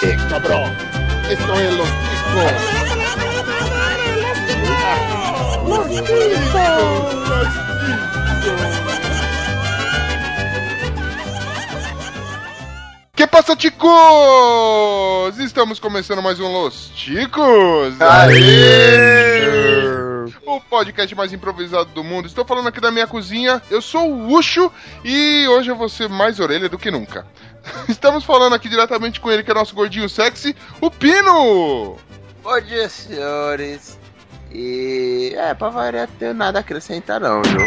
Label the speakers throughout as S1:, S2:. S1: qué, cabrón? Esto es los discos.
S2: Los Beatles.
S3: Oh. Que passa, ticos? Estamos começando mais um Los Ticos. Aê! O podcast mais improvisado do mundo. Estou falando aqui da minha cozinha. Eu sou o Ucho e hoje eu vou ser mais orelha do que nunca. Estamos falando aqui diretamente com ele, que é nosso gordinho sexy, o Pino!
S4: Bom dia, senhores. E é, pra variar, não tenho nada a acrescentar, não, viu?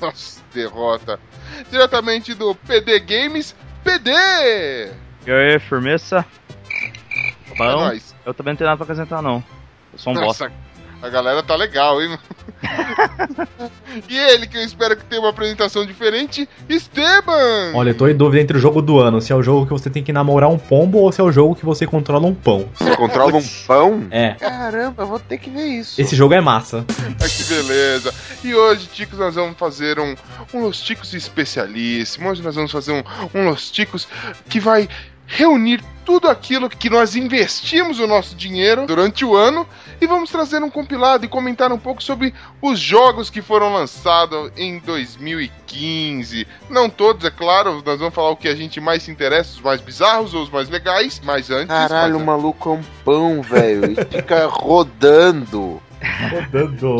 S3: Nossa, derrota. Diretamente do PD Games, É PD!
S5: E aí, firmeza?
S3: É
S5: Bom,
S3: nóis.
S5: eu também não tenho nada pra acrescentar, não. Eu sou um bosta.
S3: Nossa, a galera tá legal, hein? e ele, que eu espero que tenha uma apresentação diferente, Esteban!
S6: Olha, eu tô em dúvida entre o jogo do ano, se é o jogo que você tem que namorar um pombo ou se é o jogo que você controla um pão.
S4: Você controla um pão?
S6: É,
S4: Caramba, eu vou ter que ver isso.
S6: esse jogo é massa.
S3: Ah, que beleza! E hoje, Ticos, nós vamos fazer um, um Los Ticos especialíssimo. Hoje nós vamos fazer um, um Los Ticos que vai reunir tudo aquilo que nós investimos o nosso dinheiro durante o ano e vamos trazer um compilado e comentar um pouco sobre os jogos que foram lançados em 2015. Não todos, é claro, nós vamos falar o que a gente mais se interessa, os mais bizarros ou os mais legais, mas antes...
S4: Caralho, o
S3: mas-
S4: maluco é um pão, velho. E fica rodando. Que
S6: Rodando.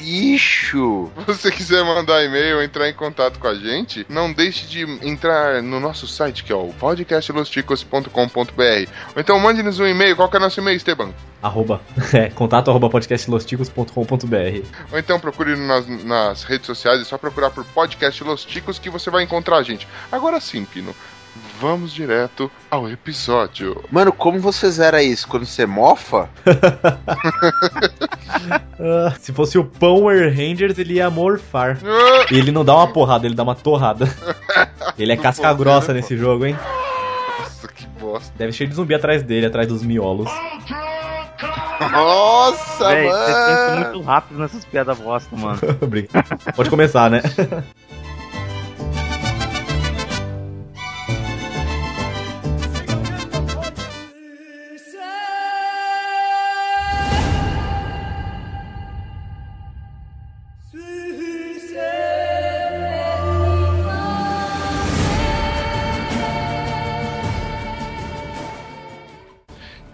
S4: lixo.
S3: Se você quiser mandar e-mail, entrar em contato com a gente, não deixe de entrar no nosso site, que é o podcastlosticos.com.br. Ou então mande-nos um e-mail. Qual que é o nosso e-mail, Esteban?
S6: Arroba. É, contato arroba podcastlosticos.com.br.
S3: Ou então procure nas, nas redes sociais, é só procurar por Podcast Los Ticos que você vai encontrar a gente. Agora sim, Pino, vamos direto ao episódio.
S4: Mano, como você zera isso? Quando você mofa?
S6: Ah, se fosse o Power Rangers, ele ia morfar.
S3: Ah,
S6: E ele não dá uma porrada, ele dá uma torrada. Ele é
S3: Não
S6: casca
S3: pode, né,
S6: grossa
S3: pô?
S6: nesse jogo, hein?
S3: Nossa, que bosta.
S6: Deve ser de zumbi atrás dele, atrás dos miolos.
S3: Tá
S4: Nossa,
S5: Véi, vocês pensam
S4: mano.
S5: muito rápido nessas piadas bosta, mano.
S6: Obrigado. Pode começar, né?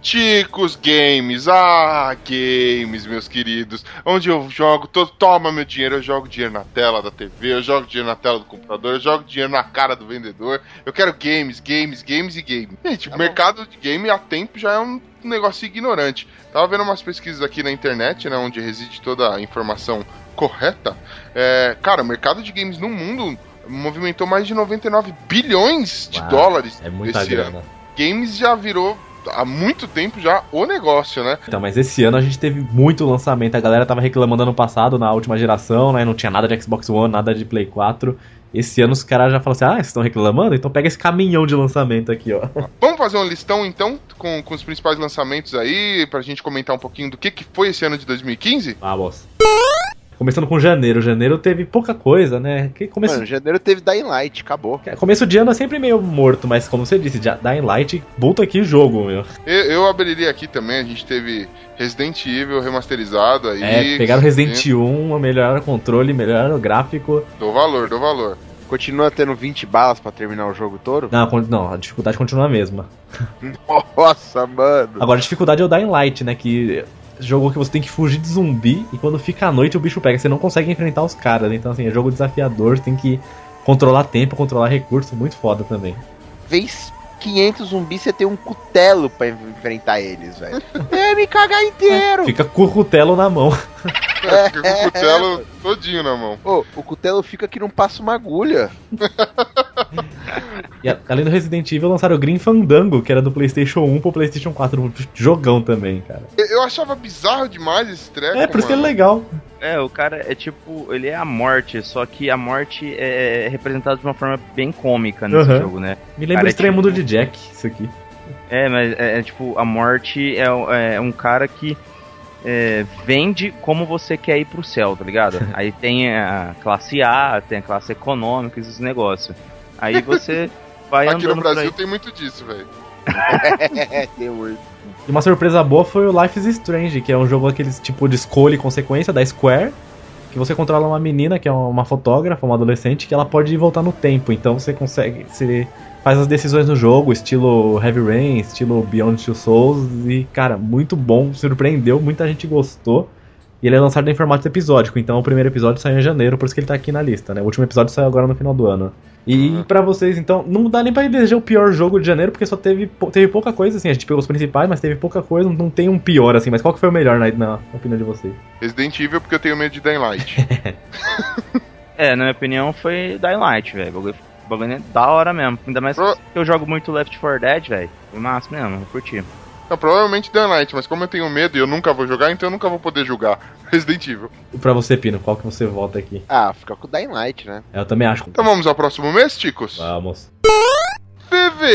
S3: Ticos Games, ah, games, meus queridos. Onde eu jogo, to- toma meu dinheiro, eu jogo dinheiro na tela da TV, eu jogo dinheiro na tela do computador, eu jogo dinheiro na cara do vendedor. Eu quero games, games, games e game. Gente,
S6: Tá
S3: o mercado de game há tempo já é um negócio ignorante. Tava vendo umas pesquisas aqui na internet, né, onde reside toda a informação correta. É, cara, o mercado de games no mundo movimentou mais de 99 bilhões de
S6: Uau,
S3: dólares
S6: É muita
S3: esse ano
S6: grana.
S3: games já virou há muito tempo já o negócio, né?
S6: Então, mas esse ano a gente teve muito lançamento. A galera tava reclamando ano passado, na última geração, né? Não tinha nada de Xbox One, nada de Play 4. Esse ano os caras já falam assim: ah, vocês estão reclamando? Então pega esse caminhão de lançamento aqui, ó.
S3: Vamos fazer um listão então com, com os principais lançamentos aí, pra gente comentar um pouquinho do que, que foi esse ano de 2015?
S6: Vamos. Ah, Começando com janeiro. Janeiro teve pouca coisa, né? Que começo,
S4: Mano, janeiro teve Dying Light, acabou.
S6: começo de ano é sempre meio morto, mas como você disse, já- Dying Light, puta que jogo, meu.
S3: Eu, eu abriria aqui também, a gente teve Resident Evil remasterizado aí. Né?
S6: É, pegaram Resident 1, melhoraram o controle, melhoraram o gráfico.
S3: Dou valor, dou valor.
S4: Continua tendo 20 balas pra terminar o jogo todo?
S6: Não, con- não, a dificuldade continua a mesma.
S4: Nossa, mano.
S6: Agora, a dificuldade é o Dying Light, né? Que é jogo que você tem que fugir de zumbi e quando fica à noite o bicho pega. Você não consegue enfrentar os caras. Então, assim, é jogo desafiador, você tem que controlar tempo, controlar recurso, muito foda também.
S4: vez 500 zumbis, você tem um cutelo pra en- enfrentar eles, velho. É, me cagar inteiro!
S6: Fica com o cutelo na mão.
S3: É, fica com o cutelo todinho na mão.
S4: Ô, o cutelo fica que não passa uma agulha.
S6: E a- além do Resident Evil, lançaram o Green Fandango, que era do PlayStation 1 pro PlayStation 4. um Jogão também, cara.
S3: Eu, eu achava bizarro demais esse treco,
S6: É, por isso que ele
S3: mano.
S6: é legal.
S5: É, o cara é tipo, ele é a morte, só que a morte é representada de uma forma bem cômica nesse
S6: Aham.
S5: jogo, né?
S6: Me lembra
S5: Cara,
S6: o
S5: é
S6: Estranho
S5: tipo-
S6: Mundo de Jack, isso aqui.
S5: É, mas é, é tipo, a morte é, o- é um cara que é, vende como você quer ir pro céu, tá ligado? Aí tem a classe A, tem a classe econômica, esses negócios. Aí você vai
S3: Aqui no
S6: tá
S5: andando por aí.
S3: Brasil tem muito disso, velho.
S4: The Word.
S6: E uma surpresa boa foi o Life is Strange, que é um jogo aquele tipo de escolha e consequência da Square, que você controla uma menina que é uma fotógrafa, uma adolescente, que ela pode voltar no tempo. Então você consegue, você faz as decisões no jogo, estilo Heavy Rain, estilo Beyond Two Souls, e cara, muito bom, surpreendeu, muita gente gostou. E ele é lançado em formato episódico, então o primeiro episódio saiu em janeiro, por isso que ele tá aqui na lista, né? O último episódio saiu agora no final do ano. E pra vocês, então, não dá nem pra eleger o pior jogo de janeiro, porque só teve, pou- teve pouca coisa, assim, a gente pegou os principais, mas teve pouca coisa, não tem um pior, assim, mas qual que foi o melhor na, na opinião de vocês?
S3: Resident Evil porque eu tenho medo de Dying Light.
S5: É, na minha opinião, foi Dying Light, velho. O bagulho- o bagulho é da hora mesmo. Ainda mais
S3: Pro-
S5: que eu jogo muito Left 4 Dead, velho. Foi massa mesmo, eu curti.
S3: Não, provavelmente Dying Light, mas como eu tenho medo e eu nunca vou jogar, então eu nunca vou poder julgar Resident Evil.
S6: Pra você, Pino, qual que você volta aqui?
S4: Ah, fica com o Dying Light, né?
S6: Eu também acho.
S3: Então vamos ao próximo mês, Ticos?
S6: Vamos.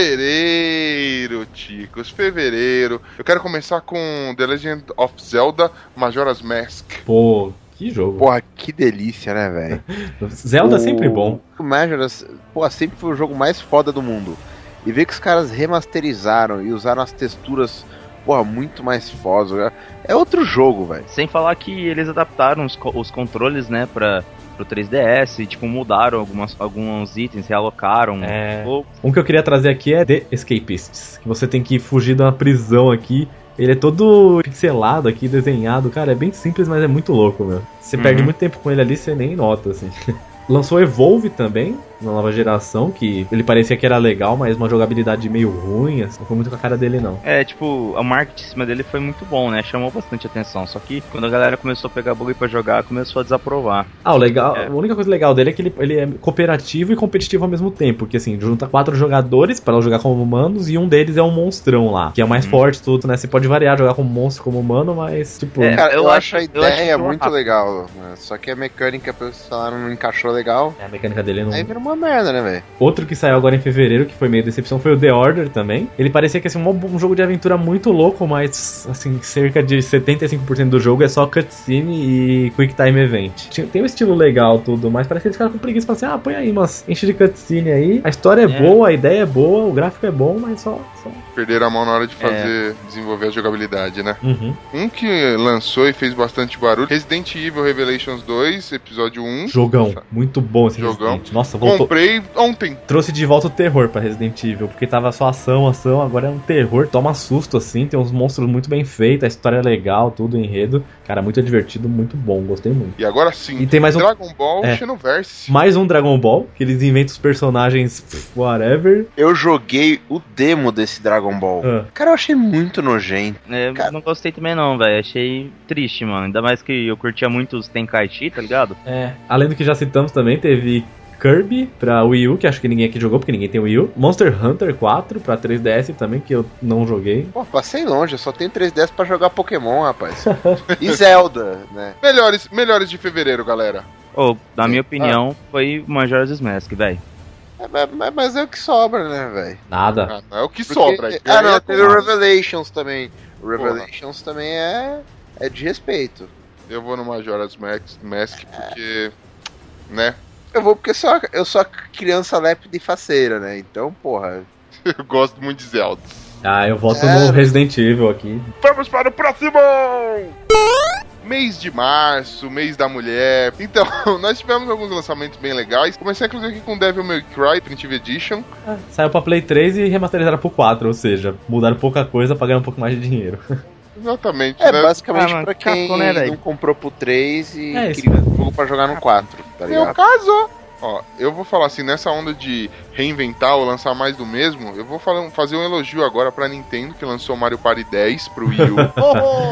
S3: Fevereiro, Ticos, fevereiro. Eu quero começar com The Legend of Zelda Majora's Mask.
S6: Pô, que jogo.
S4: Porra, que delícia, né, velho?
S6: Zelda é
S4: O-
S6: sempre bom.
S4: O Majora's, pô, sempre foi o jogo mais foda do mundo. E ver que os caras remasterizaram e usaram as texturas, porra, muito mais fodas. né? É outro jogo, velho.
S5: Sem falar que eles adaptaram os, co- os controles, né, pra, pro 3DS. E, tipo, mudaram algumas, alguns itens, realocaram.
S6: É.
S5: Ou-
S6: Um que eu queria trazer aqui é The Escapists, que você tem que fugir de uma prisão aqui. Ele é todo pixelado aqui, desenhado, cara, é bem simples, mas é muito louco, meu. Você
S5: Uhum.
S6: perde muito tempo com ele ali, você nem nota, assim. Lançou Evolve também, na nova geração, que ele parecia que era legal, mas uma jogabilidade meio ruim, assim, não foi muito com a cara dele, não.
S5: É, tipo, o marketing em cima dele foi muito bom, né? Chamou bastante atenção. Só que quando a galera começou a pegar bug pra jogar, começou a desaprovar.
S6: Ah, o legal,
S5: É.
S6: a única coisa legal dele é que ele, ele é cooperativo e competitivo ao mesmo tempo, porque assim, junta quatro jogadores para jogar como humanos e um deles é um monstrão lá, que é o mais
S5: Hum.
S6: forte tudo, né? Você pode variar, jogar como monstro, como humano, mas tipo,
S5: É,
S4: Cara, eu,
S5: eu
S4: acho é um a
S5: acho- eu acho
S4: ideia
S5: que eu-
S4: muito
S5: ah.
S4: legal, né? só que a mecânica, pelo que falaram, não encaixou legal.
S6: a mecânica dele não.
S4: Aí vira uma merda, né, velho?
S6: Outro que saiu agora em fevereiro, que foi meio decepção, foi o The Order também. Ele parecia que ia ser um, mó- um jogo de aventura muito louco, mas assim, cerca de 75% do jogo é só cutscene e quick time event. Tinha- Tem um estilo legal tudo, mas parece que eles ficaram com preguiça, falaram assim, ah, põe aí umas enche de cutscene aí. A história é,
S5: É.
S6: boa, a ideia é boa, o gráfico é bom, mas só... só...
S3: Perderam a mão na hora de
S6: É.
S3: fazer, desenvolver a jogabilidade, né?
S6: Uhum.
S3: Um que lançou e fez bastante barulho, Resident Evil Revelations 2, episódio 1.
S6: Jogão, muito bom esse
S3: Jogão.
S6: Resident. Nossa, voltou,
S3: Comprei ontem.
S6: trouxe de volta o terror pra Resident Evil, porque tava só ação, ação, agora é um terror, toma susto assim, tem uns monstros muito bem feitos, a história é legal, tudo, o enredo. Cara, muito divertido, muito bom, gostei muito.
S3: E agora sim.
S6: E tem mais um,
S3: Dragon Ball
S6: É.
S3: Xenoverse.
S6: mais um Dragon Ball, que eles inventam os personagens pff, whatever.
S4: Eu joguei o demo desse Dragon Ball.
S6: Ah,
S4: Cara, eu achei muito nojento.
S5: É,
S4: Cara-
S5: Não gostei também não, velho. Achei triste, mano. Ainda mais que eu curtia muito os Tenkaichi, tá ligado?
S6: é. Além do que já citamos também, teve Kirby pra Wii U, que acho que ninguém aqui jogou, porque ninguém tem Wii U. Monster Hunter 4 pra 3DS também, que eu não joguei.
S4: Pô, passei longe, eu só tenho 3DS pra jogar Pokémon, rapaz. e Zelda, né?
S3: Melhores, melhores de fevereiro, galera.
S5: Ou, na minha opinião, foi Majora's Mask, velho.
S4: É, mas- mas- mas é o que sobra, né, velho?
S6: Nada.
S3: Ah, não é o que
S4: Porque-
S3: sobra. aí
S4: Ah, não,
S3: é
S4: teve o
S3: com-
S4: Revelations também. O Revelations também é, é de respeito.
S3: Eu vou no Majora's Max- Mask porque. Né?
S4: Eu vou porque só, eu sou a criança lépida e faceira, né? Então, porra.
S3: Eu gosto muito de Zelda.
S6: Ah, eu voto
S4: É.
S6: no Resident Evil aqui.
S3: Vamos para o próximo! Mês de março, mês da mulher. Então, nós tivemos alguns lançamentos bem legais. Comecei inclusive aqui com Devil May Cry Definitive Edition.
S6: Ah, Saiu pra Play 3 e remasterizaram pro 4, ou seja, mudaram pouca coisa pra ganhar um pouco mais de dinheiro.
S3: Exatamente,
S4: É
S3: né?
S4: basicamente
S5: Ah, mano,
S4: pra quem
S5: Capcom, né, velho?
S4: não comprou pro 3 e
S6: É isso
S4: queria
S5: né?
S6: mesmo.
S4: um jogo pra jogar no 4, tá
S3: Meu
S4: ligado?
S3: caso! Ó, eu vou falar assim, nessa onda de reinventar ou lançar mais do mesmo, eu vou falar- fazer um elogio agora pra Nintendo, que lançou Mario Party 10 pro Wii U.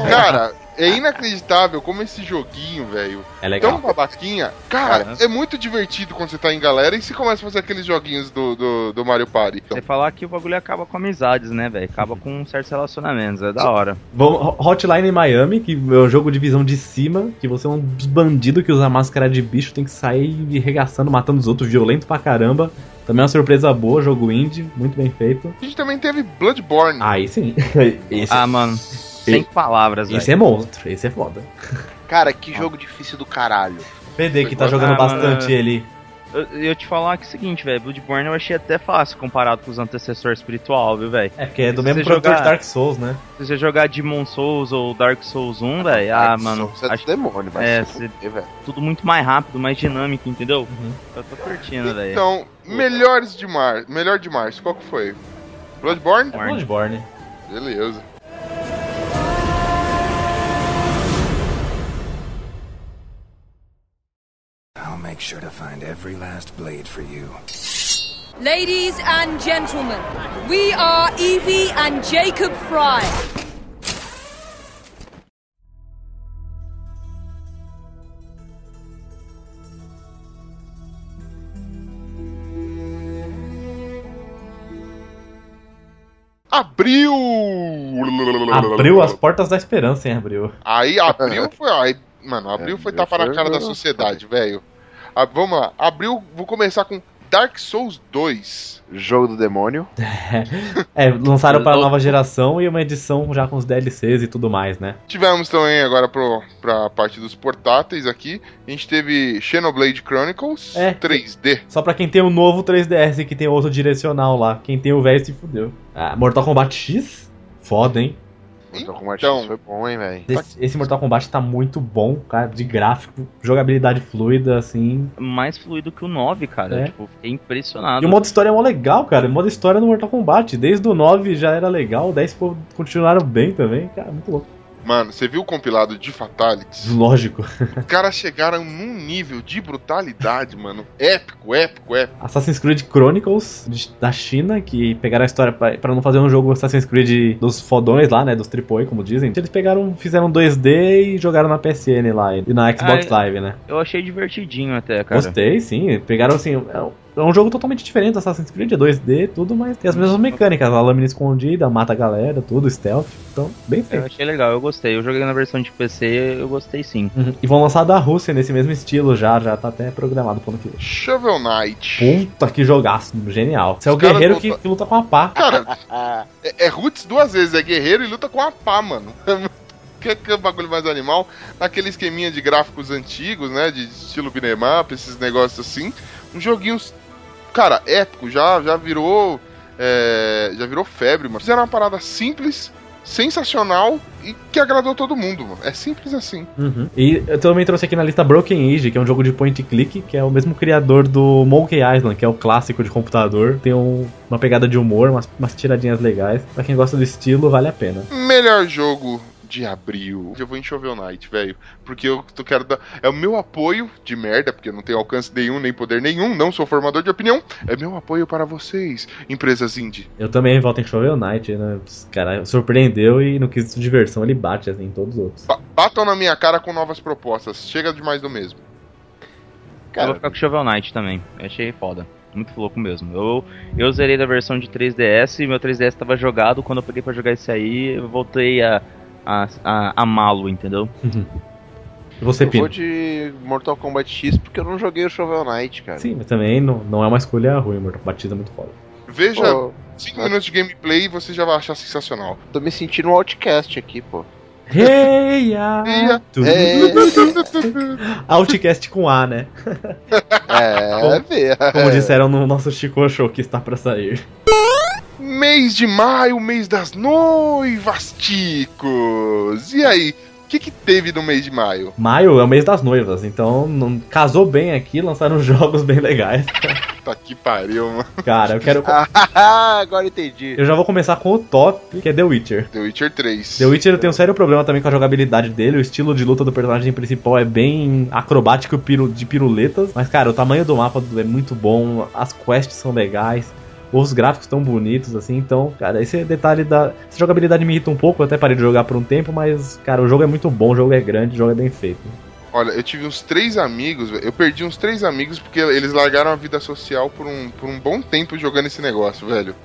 S3: Cara, é inacreditável como esse joguinho, velho,
S6: É
S3: tão
S5: Então-
S6: legal.
S3: babaquinha. Cara,
S5: Caramba.
S3: é muito divertido quando você tá em galera e você começa a fazer aqueles joguinhos do, do, do Mario Party.
S5: Você falar que o bagulho acaba com amizades, né, velho? Acaba com certos relacionamentos, é da hora.
S6: Vamos, Ho- Hotline Miami, que é um jogo de visão de cima, que você é um bandido que usa máscara de bicho, tem que sair arregaçando, matando os outros, violento pra caramba. Também é uma surpresa boa, jogo indie, muito bem feito.
S3: A gente também teve Bloodborne.
S6: Aí sim. Esse,
S5: Ah, mano, sem palavras, velho.
S6: esse é monstro, esse é foda.
S4: Cara, que jogo difícil do caralho.
S6: PD que tá jogando
S5: Ah, mano,
S6: bastante ele.
S5: Eu, eu te falar que é o seguinte, velho, Bloodborne eu achei até fácil comparado com os antecessores espiritual, viu, velho?
S6: É, porque é do
S5: Se
S6: mesmo
S5: você
S6: produtor
S5: jogar-
S6: de Dark Souls, né?
S5: Se você jogar Demon Souls ou Dark Souls 1, velho, ah, mano,
S4: Você é
S5: acho
S4: do demônio, vai
S5: É,
S4: se
S5: se-
S4: fuder, velho.
S5: tudo muito mais rápido, mais dinâmico, entendeu?
S6: Uhum.
S5: Eu tô curtindo, velho.
S3: Então, melhores de março. Melhor de março, qual que foi? Bloodborne?
S6: É
S5: Borne.
S6: Bloodborne.
S3: Beleza.
S7: I'll make sure to find every last blade for you.
S2: Ladies and gentlemen, we are Evie and Jacob Fry.
S3: Abril!
S6: Abriu as portas da esperança, hein, abriu.
S3: Aí abril foi. Aí, mano, abril
S4: É,
S3: foi
S4: abril
S3: tapar na
S4: foi-
S3: cara da sociedade, velho. Ah, vamos lá. Abril, vou começar com Dark Souls 2.
S4: Jogo do demônio.
S6: É, lançaram para a
S5: Eu-
S6: nova geração e uma edição já com os DLCs e tudo mais, né?
S3: Tivemos também agora pro, pra parte dos portáteis aqui. A gente teve Xenoblade Chronicles
S6: É.
S3: 3D.
S6: Só pra quem tem o novo 3DS e que tem outro direcional lá. Quem tem o velho se fudeu. Ah, Mortal Kombat X? Foda, hein?
S4: Mortal Kombat
S3: Então.
S4: X foi bom, hein, velho.
S6: Esse, esse Mortal Kombat tá muito bom, cara, de gráfico, jogabilidade fluida, assim.
S5: Mais fluido que o 9, cara.
S6: É.
S5: Tipo, fiquei impressionado.
S6: E o modo história é mó legal, cara. O modo história no Mortal Kombat. Desde o 9 já era legal, o 10 pô, continuaram bem também. Cara, muito louco.
S3: Mano, você viu o compilado de Fatalities?
S6: Lógico.
S3: Os caras chegaram num nível de brutalidade, mano. Épico, épico, épico.
S6: Assassin's Creed Chronicles de- da China, que pegaram a história pra pra não fazer um jogo Assassin's Creed dos fodões lá, né? Dos AAA, como dizem. Eles pegaram, fizeram 2D e jogaram na PSN lá e na
S3: Ah, é.
S6: Xbox Live, né?
S5: Eu achei divertidinho até, cara.
S6: Gostei, sim. Pegaram assim. É um- é um jogo totalmente diferente do Assassin's Creed, é 2D, tudo, mas tem as
S3: Uhum.
S6: mesmas mecânicas. A lâmina escondida, mata a galera, tudo, stealth. Então, bem feito.
S5: Eu achei legal, eu gostei. Eu joguei na versão de PC, eu gostei sim.
S6: Uhum. E vão lançar da Rússia nesse mesmo estilo já, já tá até programado pro ano que vem.
S3: Shovel Knight.
S6: Puta que jogaço, genial. Você é o
S3: Os caras
S6: guerreiro
S3: não-
S6: que, que luta com a pá.
S3: Cara, é, é Roots duas vezes, é guerreiro e luta com a pá, mano. Que, que é o bagulho mais animal, naquele esqueminha de gráficos antigos, né? De estilo binemap, esses negócios assim. Um joguinho, cara, épico, já, já virou. é, já virou febre, mano. Fizeram uma parada simples, sensacional e que agradou todo mundo, mano. É simples assim.
S6: Uhum. E eu também trouxe aqui na lista Broken Age, que é um jogo de point and click, que é o mesmo criador do Monkey Island, que é o clássico de computador. Tem um- uma pegada de humor, umas, umas tiradinhas legais. Pra quem gosta do estilo, vale a pena.
S3: Melhor jogo de abril. Eu vou em Shovel Knight, velho. Porque eu tô- quero dar. É o meu apoio de merda, porque eu não tenho alcance nenhum, nem poder nenhum, não sou formador de opinião. É meu apoio para vocês, empresas indie.
S6: Eu também voto em Shovel Knight, né? Os Cara, surpreendeu e no quesito diversão ele bate, assim, em todos os outros.
S3: Ba- batam na minha cara com novas propostas. Chega de mais do mesmo.
S5: eu vou
S4: Cara,
S5: ficar com Shovel Knight também. Eu achei foda. Muito louco mesmo. Eu, eu zerei da versão de 3DS e meu 3DS tava jogado. Quando eu peguei pra jogar esse aí, eu voltei a, a, a amá-lo, entendeu?
S6: E você,
S4: eu vou
S6: Pino?
S4: de Mortal Kombat X porque eu não joguei o Shovel Knight, cara.
S6: Sim, mas também não, não é uma escolha ruim, Mortal Batida é muito foda.
S3: Veja
S4: Pô,
S3: 5 minutos de gameplay e você já vai achar sensacional.
S4: tô me sentindo um outcast aqui, pô.
S6: Heia!
S3: Heia!
S6: Tudo. Outcast com A, né?
S4: É, é ver.
S6: Como disseram no nosso Chico Show que está pra sair.
S3: mês de maio, mês das noivas, ticos. E aí, o que, que teve no mês de maio?
S6: Maio é o mês das noivas, então não- casou bem aqui, lançaram jogos bem legais.
S3: Tá que pariu, mano.
S6: Cara, eu quero.
S4: Ah, agora entendi.
S6: Eu já vou começar com o top, que é The Witcher.
S3: The Witcher 3.
S6: The Witcher tem um sério problema também com a jogabilidade dele. O estilo de luta do personagem principal é bem acrobático piru- de piruletas. Mas, cara, o tamanho do mapa é muito bom, as quests são legais. Os gráficos estão bonitos, assim, então, cara, esse detalhe da. Essa jogabilidade me irrita um pouco, eu até parei de jogar por um tempo, mas, cara, o jogo é muito bom, o jogo é grande, o jogo é bem feito.
S3: Olha, eu tive uns três amigos, velho. eu perdi uns três amigos porque eles largaram a vida social por um, por um bom tempo jogando esse negócio, velho.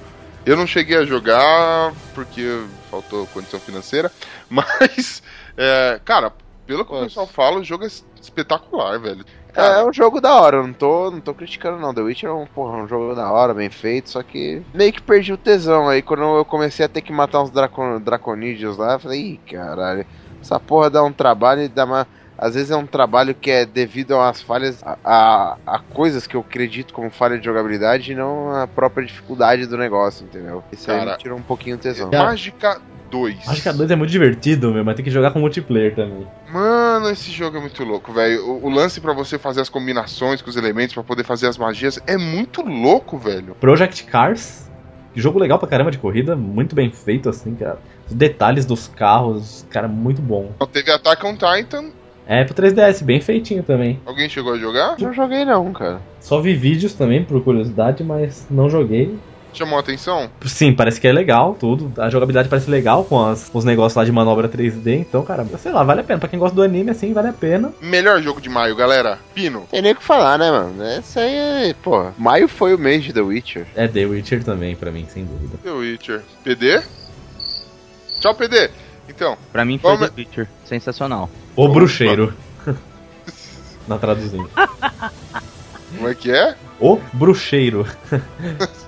S3: Eu não cheguei a jogar porque faltou condição financeira, mas, é, cara, pelo que o
S4: Nossa.
S3: pessoal fala, o jogo é es- espetacular, velho.
S4: É, é um jogo da hora, eu não tô, não tô criticando não. The Witcher é um, porra, um jogo da hora, bem feito, só que meio que perdi o tesão. Aí quando eu comecei a ter que matar uns dracon, draconídeos lá, eu falei, ih, caralho, essa porra dá um trabalho e dá uma. às vezes é um trabalho que é devido a umas falhas, a, a, a coisas que eu acredito como falha de jogabilidade e não a própria dificuldade do negócio, entendeu? Isso aí
S3: Cara,
S4: me tirou um pouquinho o tesão.
S6: Cara,
S3: Mágica 2.
S6: Acho que a 2 é muito divertido, meu, mas tem que jogar com multiplayer também.
S3: Mano, esse jogo é muito louco, velho. O, o lance pra você fazer as combinações com os elementos, pra poder fazer as magias, é muito louco, velho.
S6: Project Cars. Jogo legal pra caramba de corrida, muito bem feito, assim, cara. Os detalhes dos carros, cara, muito bom.
S3: Ó, Teve Attack on Titan.
S6: É, pro 3DS, bem feitinho também.
S3: Alguém chegou a jogar?
S4: Não joguei não, cara.
S6: Só vi vídeos também, por curiosidade, mas não joguei.
S3: Chamou a atenção?
S6: Sim, parece que é legal tudo. A jogabilidade parece legal com as- com os negócios lá de manobra 3D. Então, cara, sei lá, vale a pena. Pra quem gosta do anime, assim, vale a pena.
S3: Melhor jogo de maio, galera. Pino.
S4: Tem nem o que falar, né, mano? Isso aí, é- pô. Maio foi o mês de The Witcher.
S6: É The Witcher também, pra mim, sem dúvida.
S3: The Witcher. PD? Tchau, PD. Então,
S5: Pra mim foi
S3: Vamos-
S5: The Witcher. Sensacional.
S6: O
S3: Opa.
S6: Bruxeiro. Na traduzindo.
S3: como é que é?
S6: O Bruxeiro.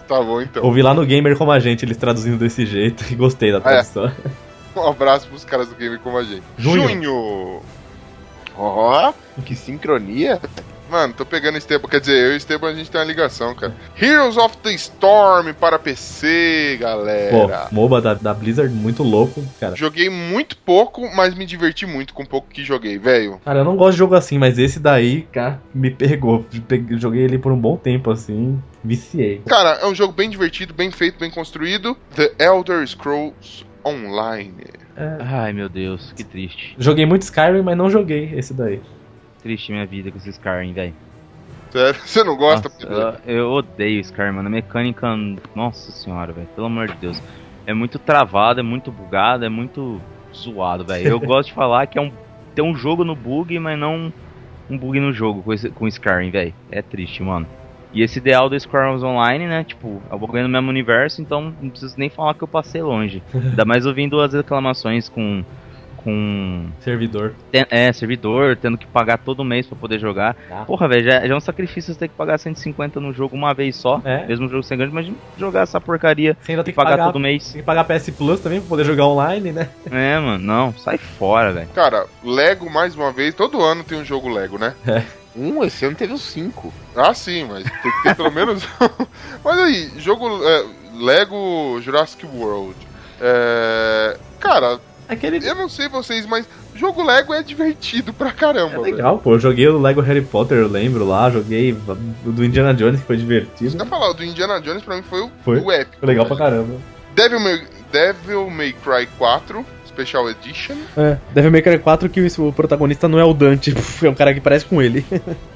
S3: Tá bom, então.
S6: Ouvi lá no Gamer como a gente eles traduzindo desse jeito e gostei da tradução.
S3: Um abraço pros caras do game como a gente.
S6: Junho.
S3: Junho.
S4: Ó, que sincronia.
S3: Mano, tô pegando Esteban. Quer dizer, eu e Esteban a gente tem uma ligação, cara. Heroes of the Storm para PC,
S6: Pô,
S3: galera.
S6: MOBA da, da Blizzard muito louco, cara.
S3: Joguei muito pouco, mas me diverti muito com o pouco que joguei, velho.
S6: Cara, eu não gosto de jogo assim, mas esse daí, cara, me pegou. Pe- Joguei ele por um bom tempo, assim, viciei.
S3: Cara, é um jogo bem divertido, bem feito, bem construído. The Elder Scrolls Online.
S5: Ai meu Deus, que triste.
S6: É, Joguei muito Skyrim, mas não joguei esse daí.
S5: Triste minha vida com esse Skyrim, velho.
S3: Sério, você não gosta?
S6: Ah,
S5: Nossa,
S3: Pedro?
S5: eu, eu odeio Skyrim, mano. A mecânica. Nossa senhora, velho. Pelo amor de Deus. É muito travado, é muito bugado, é muito zoado, velho. Eu gosto de falar que é um. Tem um jogo no bug, mas não um bug no jogo com, esse, com Skyrim, velho. É triste, mano. E esse ideal do Skyrim Online, né? Tipo, eu vou ganhar no mesmo universo, então não preciso nem falar que eu passei longe. Ainda mais ouvindo as reclamações com. com.
S6: Servidor.
S5: te- É, servidor, tendo que pagar todo mês pra poder jogar.
S6: Tá.
S5: Porra, velho, já, já é um sacrifício você ter que pagar 150 no jogo uma vez só.
S6: É.
S5: Mesmo jogo sem grande, imagina jogar essa porcaria
S6: Você ainda
S5: e
S6: tem que
S5: pagar,
S6: pagar,
S5: todo mês.
S6: Tem que pagar PS Plus também pra poder jogar online, né?
S5: É, mano, não, sai fora, velho.
S3: Cara, Lego mais uma vez. Todo ano tem um jogo Lego, né?
S6: É.
S4: Um, esse ano teve os cinco.
S3: Ah, sim, mas tem que ter pelo menos. um. mas aí, jogo é, Lego Jurassic World. É, Cara,
S6: Aquele.
S3: eu não sei vocês, mas jogo Lego é divertido pra caramba,
S6: É
S3: velho.
S6: legal, pô. Eu joguei o Lego Harry Potter, eu lembro lá. Joguei o do Indiana Jones, que foi divertido.
S3: Pra falar, o tá do Indiana Jones pra mim foi o,
S6: Foi.
S3: o épico.
S6: Foi legal pra
S3: velho.
S6: caramba.
S3: Devil May, Devil May Cry 4 Special Edition.
S6: É, Devil May Cry 4 que o o protagonista não é o Dante, é um cara que parece com ele.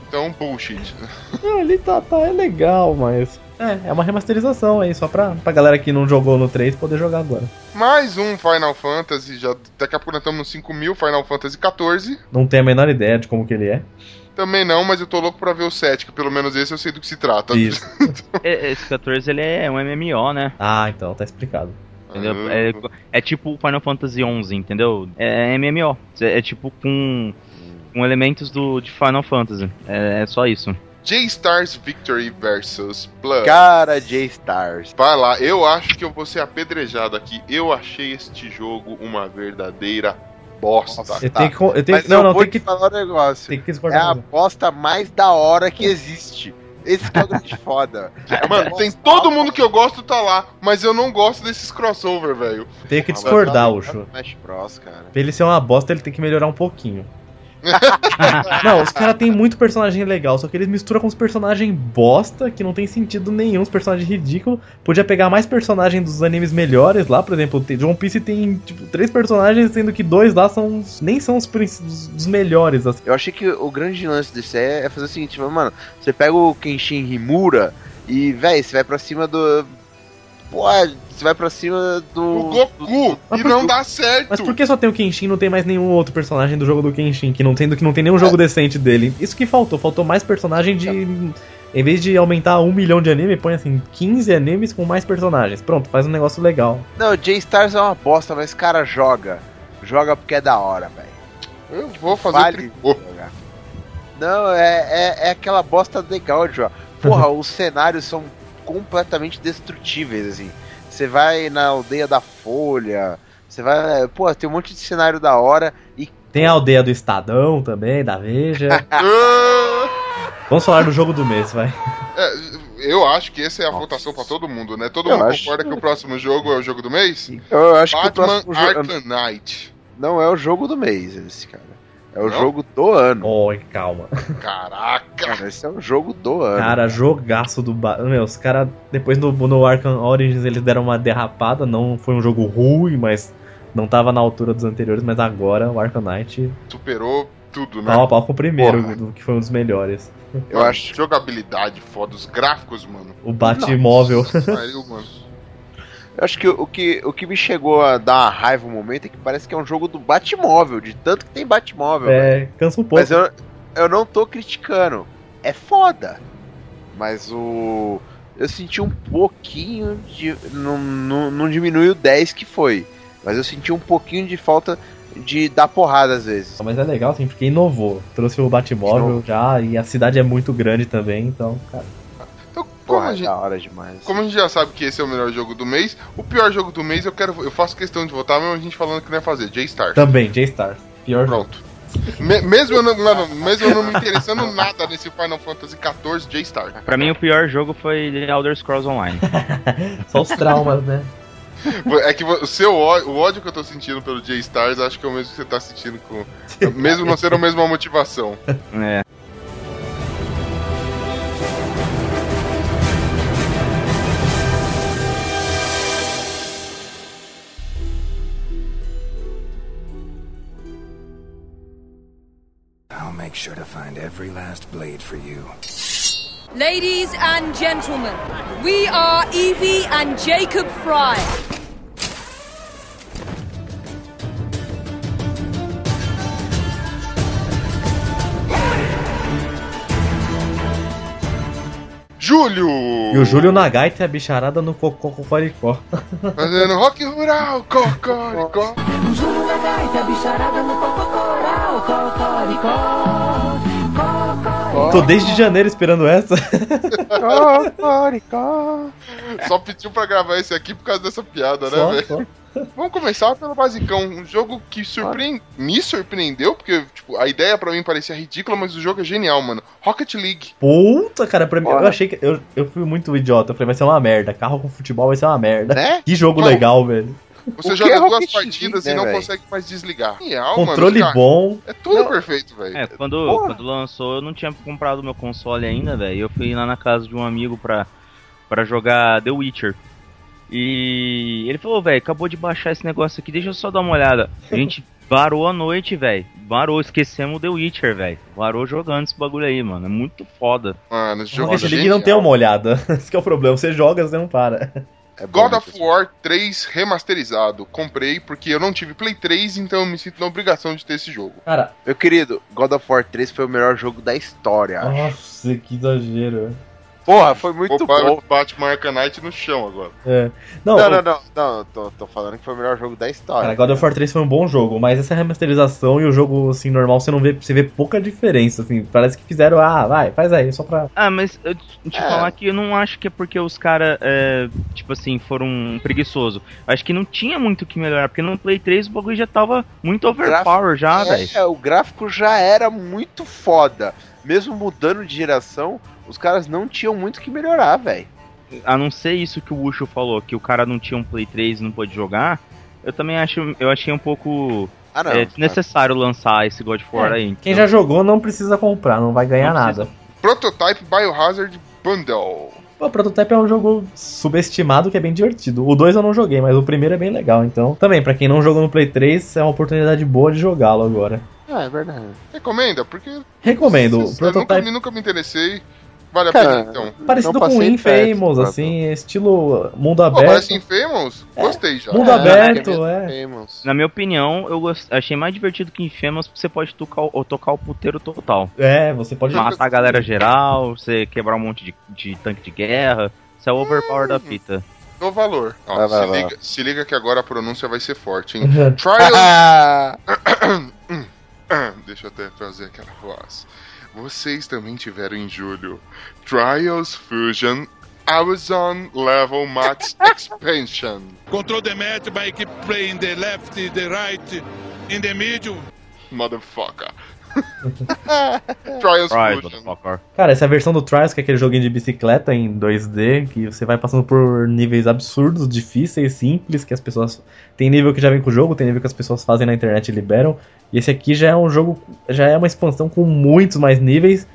S3: Então, bullshit.
S6: Não, ele tá, tá é legal, mas. É, é uma remasterização aí, só pra, pra galera que não jogou no 3 poder jogar agora.
S3: Mais um Final Fantasy. Já, daqui a pouco nós estamos no 5000, Final Fantasy 14.
S6: Não tem a menor ideia de como que ele é.
S3: Também não, mas eu tô louco pra ver o 7, que pelo menos esse eu sei do que se trata.
S6: Isso.
S5: E- Esse 14 ele é um MMO, né?
S6: Ah, então, tá explicado.
S3: Ah,
S5: Entendeu?
S6: Uhum.
S5: É, é tipo o Final Fantasy XI, entendeu? É, é MMO. É, é tipo com, com elementos do, de Final Fantasy. É, é só isso.
S3: J-Stars Victory versus Blood.
S4: Cara, J-Stars.
S3: Vai lá, eu acho que eu vou ser apedrejado aqui. Eu achei este jogo uma verdadeira bosta.
S6: Eu
S4: tá.
S6: tenho que. Eu tenho,
S4: Mas
S6: que- não,
S4: eu
S6: não,
S4: vou
S6: tem
S4: te
S6: que.
S4: falar um negócio.
S6: Tem
S4: É
S6: que
S4: a
S6: discordar.
S4: aposta mais da hora que existe. Esse que é o grande foda.
S6: É
S4: É
S3: Mano, tem todo mundo que eu gosto tá lá, mas eu não gosto desses crossover, velho.
S6: Tem
S4: Ah,
S6: que discordar, Ucho.
S4: é Smash Bros, cara.
S6: Pra ele ser uma bosta, ele tem que melhorar um pouquinho. não, os caras têm muito personagem legal, só que eles misturam com os personagens bosta, que não tem sentido nenhum, os personagens ridículos. Podia pegar mais personagens dos animes melhores lá, por exemplo, tem- de One Piece tem, tipo, três personagens, sendo que dois lá são os- nem são os, princ- os- os melhores, assim.
S4: Eu achei que o grande lance desse é, é fazer o seguinte, tipo, mano, você pega o Kenshin Himura e, véi, você vai pra cima do. Pô, você vai pra cima do.
S3: O Goku,
S6: Mas
S3: e
S6: por-
S3: não dá
S6: Mas
S3: certo.
S6: por que só tem o Kenshin e não tem mais nenhum outro personagem do jogo do Kenshin? Que não tem, que não tem nenhum jogo decente dele. Isso que faltou. Faltou mais personagem de. Em vez de aumentar um milhão de anime, põe assim 15 animes com mais personagens. Pronto, faz um negócio legal.
S4: Não, J-Stars é uma bosta, mas cara joga. Joga porque é da hora, velho.
S3: Eu vou fazer
S4: Vale
S3: tricô.
S4: jogar. Não, é, é, é aquela bosta legal de jogar. Porra, os cenários são completamente destrutíveis, assim. Você vai na aldeia da Folha, você vai. Pô, tem um monte de cenário da hora e
S6: Tem a aldeia do Estadão também, da Veja.
S3: Ah,
S6: Vamos falar do jogo do mês, vai.
S3: é, eu acho que essa é a
S5: Nossa.
S3: votação pra todo mundo, né? Todo
S4: Eu
S3: mundo
S4: acho.
S3: concorda que o próximo jogo é o jogo do mês?
S4: Eu acho que o
S3: Batman
S4: próximo jogo
S3: Arkham Knight.
S4: não é o jogo do mês, esse cara. É o
S3: Não?
S4: jogo do ano.
S6: Oi, calma.
S3: Caraca!
S4: Cara, esse é o jogo do ano.
S6: Cara, jogaço do ba... Meu, os caras, depois no, no Arkham Origins, eles deram uma derrapada. Não foi um jogo ruim, mas não tava na altura dos anteriores. Mas agora o Arkham Knight
S3: Superou tudo, né?
S6: pau a pau com o primeiro,
S4: Porra.
S6: do- que foi um dos melhores.
S4: eu acho.
S3: Jogabilidade foda, os gráficos, mano.
S6: O Batmóvel.
S3: Nossa, pariu, mano.
S4: Eu acho que o que, o que me chegou a dar uma raiva um momento é que parece que é um jogo do Batmóvel, de tanto que tem Batmóvel.
S6: É, cansa um pouco.
S4: Mas eu, eu não tô criticando. É foda. Mas o. Eu senti um pouquinho de. Não, não, não diminui o 10 que foi. Mas eu senti um pouquinho de falta de dar porrada às vezes.
S6: Mas é legal, assim, porque inovou. Trouxe o Batmóvel já, e a cidade é muito grande também, então, cara.
S3: Então, como,
S4: Porra,
S3: a
S4: é
S3: gente,
S4: da hora demais.
S3: como a gente já sabe que esse é o melhor jogo do mês, o pior jogo do mês eu quero. Eu faço questão de votar, mesmo a gente falando que não ia fazer. J-Star.
S6: Também, J-Star. Pior jogo.
S3: Pronto. Me- mesmo, eu não, mano, mesmo eu não me interessando nada nesse Final Fantasy XIV J-Star.
S5: Pra mim, o pior jogo foi The Elder Scrolls Online.
S6: Só os traumas, né?
S3: É que o seu ó- o ódio que eu tô sentindo pelo J-Stars, acho que é o mesmo que você tá sentindo com. Mesmo não sendo a mesma motivação.
S5: É.
S7: I'll make sure to find every last blade for you.
S2: Ladies and gentlemen, we are Evie and Jacob Fry.
S3: Júlio!
S6: E o Júlio Nagaita é a bicharada no Cocô Cocoricó.
S3: Fazendo rock rural, cocoricó.
S8: Juro na gaita, bicharada no cococoral, cocoricó, cocoricó.
S6: Tô desde janeiro esperando essa.
S3: é Só pediu pra gravar esse aqui por causa dessa piada, né,
S6: Só,
S3: velho?
S6: só.
S3: Vamos começar pelo basicão. Um jogo que surpreend... me surpreendeu, porque tipo, a ideia pra mim parecia ridícula, mas o jogo é genial, mano. Rocket League.
S6: Puta, cara, pra mim, eu
S4: Bora.
S6: achei que. Eu, eu fui muito idiota. Eu falei, vai ser uma merda. Carro com futebol vai ser uma merda.
S4: Né?
S6: Que jogo
S3: Não.
S6: legal, velho.
S3: Você
S4: O que
S3: joga
S4: é
S3: duas
S4: Rocket League,
S3: partidas
S4: né,
S3: e não
S4: velho?
S3: consegue mais desligar. Genial,
S6: Controle
S3: mano. cara.
S6: bom.
S3: É tudo
S4: Não.
S3: perfeito, velho.
S5: É, quando,
S4: Porra.
S5: quando lançou, eu não tinha comprado meu console ainda, velho. Eu fui lá na casa de um amigo pra, pra jogar The Witcher. E ele falou, velho, acabou de baixar esse negócio aqui, deixa eu só dar uma olhada. A gente varou a noite, velho. Varou, esquecemos The Witcher, velho. Varou jogando esse bagulho aí, mano. É muito foda.
S3: Mano, esse jogo
S6: Rocket
S3: é
S6: League não tem
S3: genial.
S6: uma olhada. Esse que é o problema. Você joga, você não para.
S4: É bom,
S3: God
S4: né,
S3: of
S4: pessoal?
S3: War 3 remasterizado. Comprei porque eu não tive Play 3, então eu me sinto na obrigação de ter esse jogo.
S6: Cara,
S4: Meu querido, God of War 3 foi o melhor jogo da história.
S6: Ah.
S4: acho.
S6: nossa, que exagero.
S4: Porra, foi muito
S3: Vou ba-
S4: bom.
S3: Batman Arkham Knight no chão agora.
S6: É. Não,
S4: Não, não, não, não, eu tô, tô falando que foi o melhor jogo da história.
S6: Cara, God of War 3 foi um bom jogo, mas essa remasterização e o jogo assim normal, você não vê, você vê pouca diferença, assim, parece que fizeram, ah, vai, faz aí, só pra
S5: Ah, mas eu te te
S4: É.
S5: falar que eu não acho que é porque os caras, tipo assim, foram preguiçosos. Acho que não tinha muito o que melhorar, porque no Play 3 o bagulho já tava muito overpower já, Ah, velho.
S4: É, o gráfico já era muito foda. Mesmo mudando de geração, os caras não tinham muito o que melhorar, velho.
S5: A não ser isso que o Ucho falou, que o cara não tinha um Play 3 e não pôde jogar, eu também acho, eu achei um pouco
S4: Ah, não.
S5: é, desnecessário lançar esse God of War
S6: É,
S5: aí.
S6: Quem
S5: entendeu?
S6: já jogou não precisa comprar, não vai ganhar
S5: Não precisa.
S6: nada.
S3: Prototype Biohazard Bundle.
S6: Pô, Prototype é um jogo subestimado que é bem divertido. O 2 eu não joguei, mas o primeiro é bem legal, então. Também, pra quem não jogou no Play 3, é uma oportunidade boa de jogá-lo agora.
S4: Ah, é verdade.
S3: Recomenda, porque
S6: Recomendo.
S3: eu
S6: O
S3: nunca,
S6: Prototype tá
S3: me- nunca me interessei. Vale a
S4: Cara,
S3: pena então.
S6: parecido
S4: não
S6: com o
S4: passei perto,
S6: Infamous,
S4: Proto.
S6: assim, estilo mundo
S3: Pô, parece
S4: assim,
S6: aberto. É.
S3: Infamous? Gostei já.
S6: Mundo aberto, é.
S5: Na minha opinião, eu gost- achei mais divertido que Infamous, porque você pode tocar, o- tocar o puteiro total.
S6: É, você pode jogar.
S5: Matar a galera geral, você quebrar um monte de, de tanque de guerra. Isso é o overpower da fita.
S3: Do valor. Ó,
S4: Vai, vai,
S3: se,
S4: vai.
S3: Liga, se liga que agora a pronúncia vai ser forte, hein?
S6: Uhum.
S3: Trials.
S4: Ah,
S3: Deixa eu até fazer aquela voz. Vocês também tiveram em julho Trials Fusion Amazon Level Max Expansion.
S9: control the match by keep playing the left, the right, in the middle.
S3: motherfucker. Trials
S5: Right,
S3: Fusion.
S5: motherfucker.
S6: Cara, essa é a versão do Trials, que é aquele joguinho de bicicleta em 2D, que você vai passando por níveis absurdos, difíceis, simples, que as pessoas. Tem nível que já vem com o jogo, tem nível que as pessoas fazem na internet e liberam. E esse aqui já é um jogo. Já é uma expansão com muitos mais níveis.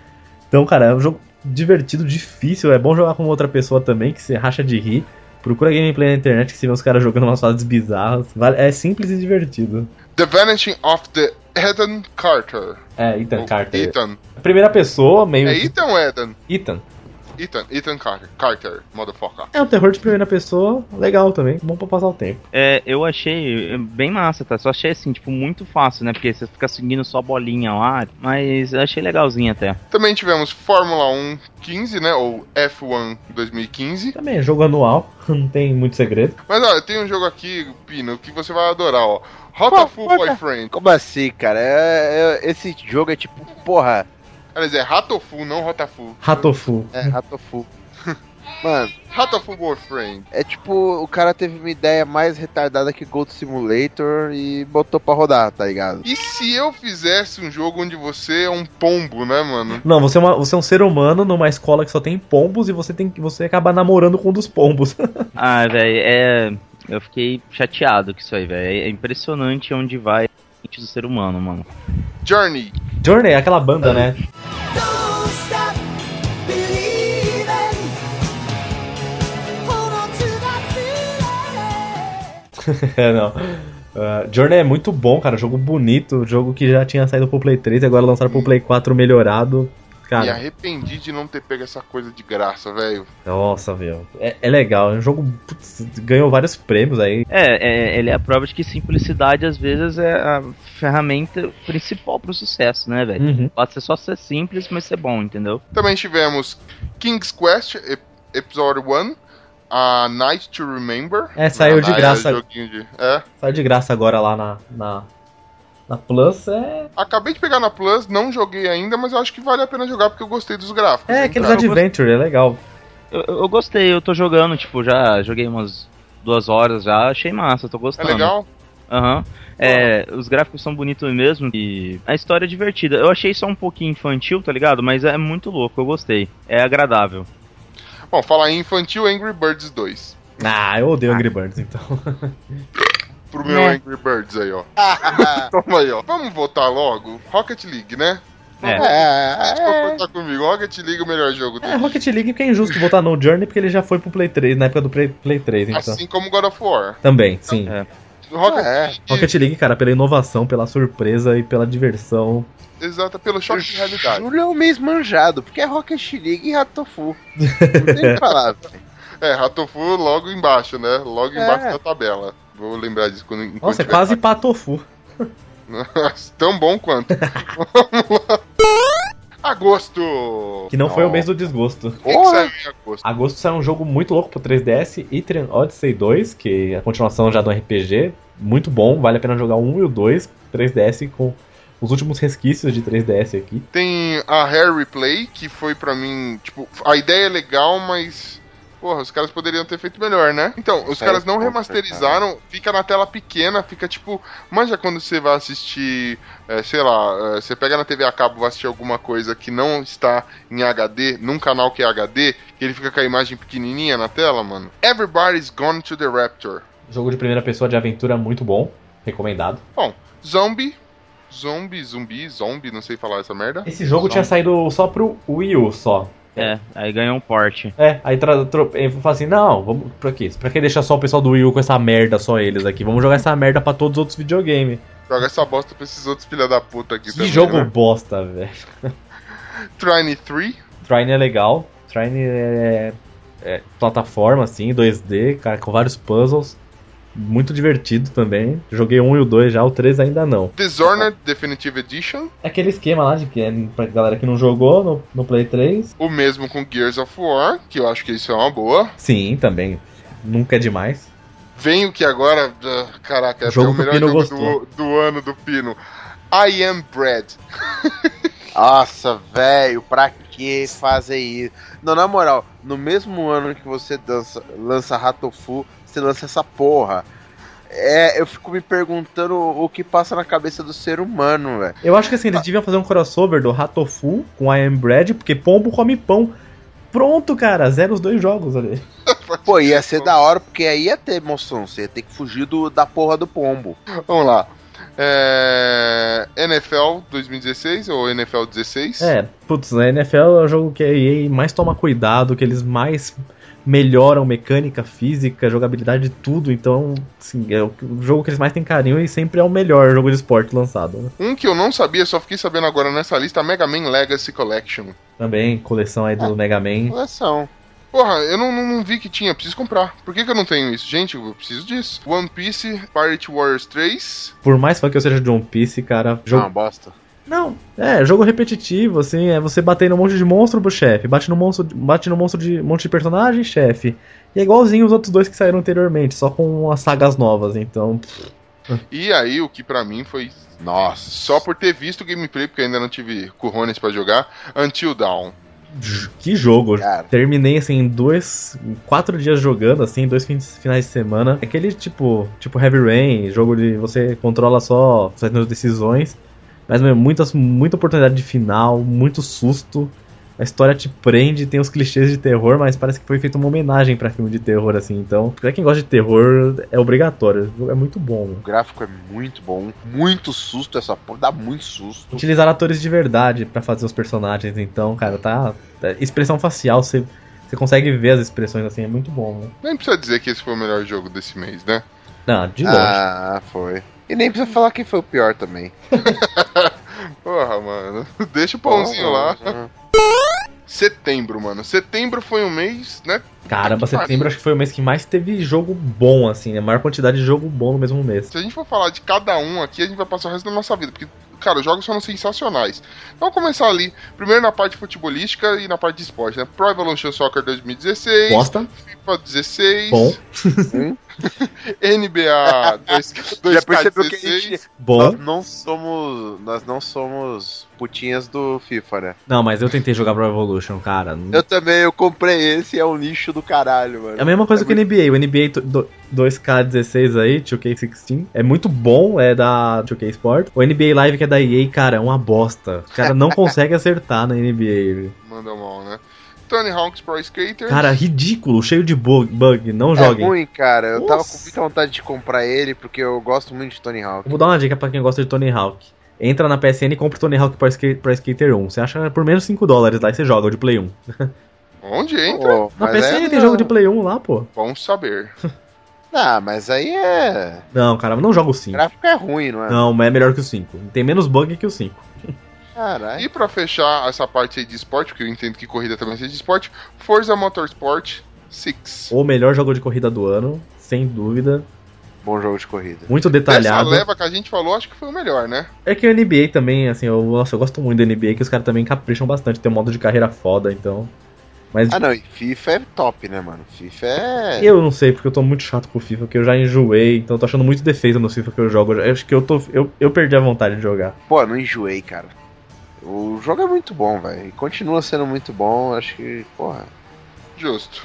S6: Então, cara, é um jogo divertido, difícil. É bom jogar com outra pessoa também, que você racha de rir. Procura gameplay na internet que você vê os caras jogando umas fases bizarras. Vale- É simples e divertido.
S3: The Vanishing of the Eden Carter.
S6: É, Ethan
S3: Ou
S6: Carter. Uhum.
S3: Ethan.
S6: Primeira pessoa, meio.
S3: É Ethan ou Eden?
S6: Ethan.
S3: Ethan, Ethan Carter, Carter, motherfucker.
S6: É um terror de primeira pessoa, legal também, bom pra passar o tempo.
S5: É, eu achei bem massa, tá? Só achei assim, tipo, muito fácil, né? Porque você fica seguindo só a bolinha lá, mas eu achei legalzinho até.
S3: Também tivemos Fórmula 1 15, né? Ou F1 2015.
S6: Também é jogo anual, não tem muito segredo.
S3: Mas olha, tem um jogo aqui, Pino, que você vai adorar, ó. Rota
S4: Qual-
S3: Full
S4: qual que é?
S3: Boyfriend.
S4: Como assim, cara? É- é- esse jogo é tipo, porra,
S3: Aliás, é Ratofu, não Rotafu.
S6: Ratofu.
S4: é Ratofu. Mano,
S3: Ratofu Boyfriend.
S4: é tipo, o cara teve uma ideia mais retardada que Gold Simulator e botou pra rodar, tá ligado?
S3: E se eu fizesse um jogo onde você é um pombo, né, mano?
S6: Não, você é, uma- você é um ser humano numa escola que só tem pombos e você tem que você acaba namorando com um dos pombos.
S5: Ah, velho, é. Eu fiquei chateado com isso aí, velho. É impressionante onde vai a mente do ser humano, mano.
S3: Journey.
S6: Journey é aquela banda, né? É, não. Ah, Journey é muito bom, cara. Jogo bonito, jogo que já tinha saído pro Play 3 e agora lançaram pro Play 4 melhorado.
S3: Me
S6: Cara,
S3: arrependi de não ter pego essa coisa de graça, velho.
S6: nossa, meu. É, é legal, é um jogo. putz, ganhou vários prêmios aí.
S5: É, é, ele é a prova de que simplicidade às vezes é a ferramenta principal pro sucesso, né, velho?
S6: Uhum.
S5: Pode ser só ser simples, mas ser bom, entendeu?
S3: Também tivemos King's Quest, ep- Episódio 1. A Night to Remember.
S6: É, saiu de
S3: Ah, é,
S6: graça.
S3: joguinho de- É.
S6: Saiu de graça agora lá na, na, na Plus. É,
S3: Acabei de pegar na Plus, não joguei ainda, mas eu acho que vale a pena jogar porque eu gostei dos gráficos.
S6: é
S3: hein,
S6: aqueles
S3: cara?
S6: Adventure, é legal.
S5: Eu, eu gostei, eu tô jogando, tipo, já joguei umas duas horas já, achei massa, tô
S3: É
S5: gostando.
S3: legal?
S5: Aham. É, os gráficos são bonitos mesmo e a história é divertida. Eu achei só um pouquinho infantil, tá ligado? Mas é muito louco, eu gostei. É agradável.
S3: Bom, falar em infantil Angry Birds 2.
S6: Ah, eu odeio Angry Birds, então.
S3: Pro meu
S6: É.
S5: Né.
S3: Angry Birds aí, ó. Toma aí, ó. Vamos votar logo? Rocket League, né?
S5: É.
S4: É,
S3: Vou contar comigo. Rocket League, o melhor jogo
S6: É,
S3: dele.
S6: Rocket League porque é injusto botar no Journey porque ele já foi pro Play 3, na época do Play, Play 3, então.
S3: Assim como God of War.
S6: Também, sim.
S5: É.
S3: Rocket
S4: É.
S3: League,
S6: Rocket League, cara, pela inovação, pela surpresa e pela diversão.
S3: exata, pelo choque de realidade.
S4: Júlio é um mês manjado, porque é Rocket League e Ratofu. Não tem o que falar, velho.
S3: É, Ratofu logo embaixo, né? Logo
S4: É.
S3: embaixo da tabela. Vou lembrar disso quando enquanto
S6: Nossa, é
S3: tiver-
S6: quase patofu.
S3: Nossa, Tão bom quanto. Vamos lá. Agosto!
S6: Que não foi o
S4: Não.
S6: mês do desgosto.
S3: O que que saiu em agosto?
S6: Agosto saiu um jogo muito louco pro 3DS, Etrian Odyssey 2, que é a continuação já do RPG, muito bom, vale a pena jogar o 1 e o 2, 3DS com os últimos resquícios de 3DS aqui.
S3: Tem a Harry Play, que foi pra mim, tipo, a ideia é legal, mas. Porra, os caras poderiam ter feito melhor, né? Então, os
S4: É,
S3: caras não
S4: com
S3: remasterizaram, fica na tela pequena, fica tipo. Manja quando você vai assistir, é, sei lá, é, você pega na TV a cabo, vai assistir alguma coisa que não está em HD, num canal que é HD, que ele fica com a imagem pequenininha na tela, mano. Everybody's Gone to the Raptor.
S6: Jogo de primeira pessoa de aventura muito bom, recomendado.
S3: Zombie. Zombie, zumbi, zombie, não sei falar essa merda.
S6: Esse jogo tinha saído só pro Wii U só.
S5: É, aí ganhou um porte.
S6: É, aí tra- tro- eu falo assim, não, vamos pra quê? Pra que deixar só o pessoal do Wii U com essa merda, só eles aqui? Vamos jogar essa merda pra todos os outros videogames.
S3: Joga essa bosta pra esses outros filha da puta aqui
S6: Que
S3: também.
S6: jogo
S3: Né?
S6: bosta, velho.
S3: Trine 3.
S6: Trine é legal. Trine é, é plataforma, assim, 2D, cara, com vários puzzles. Muito divertido também. Joguei um e o dois já, o três ainda não.
S3: Dishonored Definitive Edition,
S6: É aquele esquema lá de que é pra galera que não jogou no, no Play 3.
S3: o mesmo com Gears of War, que eu acho que isso é uma boa.
S6: Sim, também. Nunca é demais.
S3: Vem o que agora. ah, Caraca, esse é
S6: Jogo
S3: o
S6: que o
S3: melhor
S6: Pino
S3: jogo do,
S6: gostou.
S3: do ano do Pino. I Am Bread.
S4: Nossa, velho, pra que fazer isso? Não, na moral, no mesmo ano que você dança- lança Ratofu, você lança essa porra. é, eu fico me perguntando o que passa na cabeça do ser humano, velho.
S6: Eu acho que assim, eles deviam fazer um crossover do Ratofu com I Am Bread, porque pombo come pão. Pronto, cara, zero os dois jogos ali.
S4: Pô, ia ser da hora, porque aí ia ter emoção, você ia ter que fugir do, da porra do pombo.
S3: Vamos lá. É, NFL 2016 ou NFL 16?
S6: É, putz, na NFL é o jogo que a EA mais toma cuidado, que eles mais melhoram mecânica, física, jogabilidade, tudo. Então, assim, é o o jogo que eles mais têm carinho e sempre é o melhor jogo de esporte lançado. né?
S3: Um que eu não sabia, só fiquei sabendo agora nessa lista, Mega Man Legacy Collection.
S6: Também, coleção aí do Mega Man.
S4: Coleção.
S3: Porra, eu não, não- não vi que tinha, preciso comprar. Por que, que eu não tenho isso? Gente, eu preciso disso. One Piece, Pirate Warriors 3.
S6: Por mais fã que eu seja de One Piece, cara,
S4: É
S6: jogo
S4: uma bosta.
S6: Não, é, jogo repetitivo, assim, é você bater no monte de monstro pro chefe, bate no monstro, bate no monstro de monte de personagem, chefe. E é igualzinho os outros dois que saíram anteriormente, só com as sagas novas, então.
S3: E aí, o que pra mim foi. Nossa, só por ter visto o gameplay, porque ainda não tive currones pra jogar. Until Dawn.
S6: j- Que jogo!
S4: Cara.
S6: Terminei assim em dois. em quatro dias jogando, assim, dois fins- finais de semana. Aquele tipo, tipo Heavy Rain, jogo de você controla só fazendo decisões. Mas meu, muitas, muita oportunidade de final, muito susto. A história te prende, tem os clichês de terror, mas parece que foi feita uma homenagem pra filme de terror, assim. Então, pra quem gosta de terror, é obrigatório. O jogo É muito bom. meu.
S4: O gráfico é muito bom, muito susto essa porra, dá muito susto.
S6: Utilizar atores de verdade pra fazer os personagens, então, cara, tá. tá- Expressão facial, você você consegue ver as expressões assim, é muito bom, né?
S3: Nem precisa dizer que esse foi o melhor jogo desse mês, né?
S6: Não, de longe.
S4: Ah, foi. E nem precisa falar quem foi o pior também.
S3: Porra, mano. Deixa o pãozinho lá. Setembro, mano. Setembro foi um mês, né?
S6: Caramba,
S3: que pariu.
S6: setembro acho que foi o mês que mais teve jogo bom, assim, né? Maior quantidade de jogo bom no mesmo mês.
S3: Se a gente for falar de cada um aqui, a gente vai passar o resto da nossa vida. Porque, cara, os jogos foram sensacionais. Então, Vamos começar ali. Primeiro na parte futebolística e na parte de esporte, né? Pro Evolution Soccer 2016,
S6: Bosta,
S3: FIFA 16,
S6: bom,
S3: NBA 2,
S4: Já percebeu que a
S3: 2K16.
S4: gente, nós
S6: bom.
S4: não somos, nós não somos putinhas do FIFA, né?
S6: Não, mas eu tentei jogar Pro Evolution, cara.
S4: Eu também, eu comprei esse, é um lixo do caralho, mano.
S6: Hum. É a mesma coisa
S4: É
S6: que o NBA. O NBA to- do- 2K16 aí, 2K16, é muito bom, é da 2K Sport. O NBA Live que é da EA, cara, é uma bosta. O cara não consegue acertar na NBA. viu?
S3: Manda mal, né? Tony Hawk's Pro Skater.
S6: Cara, ridículo, cheio de bug, bug. não
S4: É
S6: joguem.
S4: ruim, cara. Eu tava com
S6: Nossa.
S4: muita vontade de comprar ele, porque eu gosto muito de Tony Hawk.
S6: Vou dar uma dica pra quem gosta de Tony Hawk. Entra na PSN e compra o Tony Hawk Pro, Skate, Pro Skater 1. Você acha por menos 5 dólares lá e você joga o de Play 1.
S3: Onde entra?
S4: Pô,
S6: Na
S4: mas
S6: PSN
S4: é-
S6: tem jogo de Play 1 lá, pô.
S3: Bom saber.
S4: Ah, mas aí é.
S6: Não, cara, não joga o 5.
S4: O gráfico é ruim, não é?
S6: Não, mas é melhor que o 5. Tem menos bug que o 5.
S4: Caralho.
S3: E pra fechar essa parte aí de esporte, porque eu entendo que corrida também seja de esporte, Forza Motorsport 6.
S6: O melhor jogo de corrida do ano, sem dúvida.
S4: Bom jogo de corrida.
S6: Muito
S3: Essa
S6: detalhado.
S3: leva que a gente falou, acho que foi o melhor, né?
S6: É que o NBA também, assim, eu, nossa, eu gosto muito do NBA, que os caras também capricham bastante. Tem um modo de carreira foda, então. Mas
S4: Ah, não, e FIFA é top, né, mano? FIFA é.
S6: Eu não sei, porque eu tô muito chato com o FIFA, que eu já enjoei, então eu tô achando muito defeito no FIFA que eu jogo. Eu acho que eu tô. Eu, eu perdi a vontade de jogar.
S4: Pô, não enjoei, cara. O jogo é muito bom, velho. E continua sendo muito bom. Acho que, porra.
S3: Justo.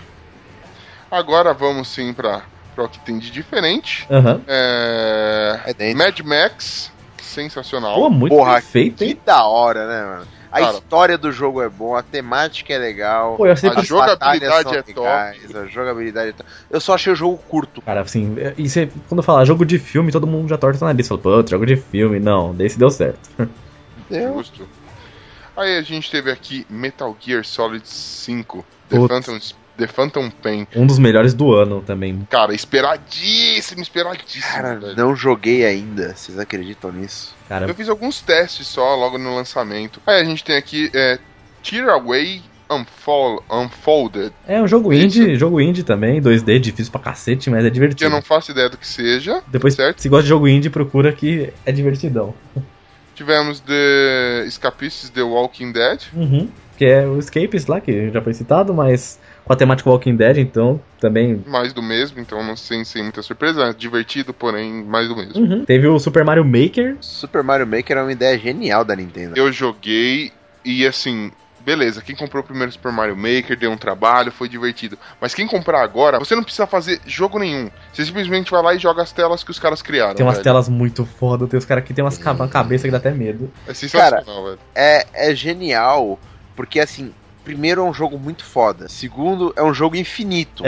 S3: Agora vamos sim pra, pra o que tem de diferente.
S6: Aham.
S3: É...
S4: É dentro.
S3: Mad Max, sensacional.
S6: Pô, muito
S4: Porra,
S6: perfeito,
S4: Que
S6: hein?
S4: da hora, né, mano? A
S3: Cara.
S4: história do jogo é boa, a temática é legal.
S6: Pô, eu sempre.
S3: A
S4: as
S3: jogabilidade
S4: batalhas são
S3: é top.
S4: legais, A jogabilidade é top. Eu só achei o jogo curto.
S6: Cara, assim, e você, quando fala jogo de filme, todo mundo já torce o nariz. Fala, pô, jogo de filme. Não, desse deu certo.
S4: Eu-
S3: Justo. Aí a gente teve aqui Metal Gear Solid 5. The
S6: Putz.
S3: Phantom, The Phantom Pain.
S6: Um dos melhores do ano também.
S3: Cara, esperadíssimo, esperadíssimo.
S4: Cara,
S3: velho.
S4: não joguei ainda. Vocês acreditam nisso?
S6: Cara,
S3: Eu fiz alguns testes só logo no lançamento. Aí a gente tem aqui é, Tear Away Unfold, Unfolded,
S6: é um jogo indie, jogo indie também, 2D, difícil pra cacete, mas é
S3: que eu
S6: divertido.
S3: não faço ideia do que seja.
S6: Depois,
S3: Certo.
S6: se gosta de jogo indie, procura que é divertidão.
S3: Tivemos The Escapistas The Walking Dead.
S6: Uhum. Que é o Escapes lá, que já foi citado, mas com a temática Walking Dead, então também.
S3: mais do mesmo, então não sei sem muita surpresa. É Divertido, porém, mais do mesmo.
S6: Uhum. Teve o Super Mario Maker.
S4: Super Mario Maker é uma ideia genial da Nintendo.
S3: Eu joguei e assim, beleza, quem comprou o primeiro Super Mario Maker deu um trabalho, foi divertido. Mas quem comprar agora, você não precisa fazer jogo nenhum. Você simplesmente vai lá e joga as telas que os caras criaram.
S6: Tem umas
S3: velho.
S6: telas muito foda, tem os caras que tem umas ca- uma cabeça que dá até medo.
S3: É sensacional, velho.
S4: é, é genial, porque assim, primeiro é um jogo muito foda, segundo é um jogo infinito.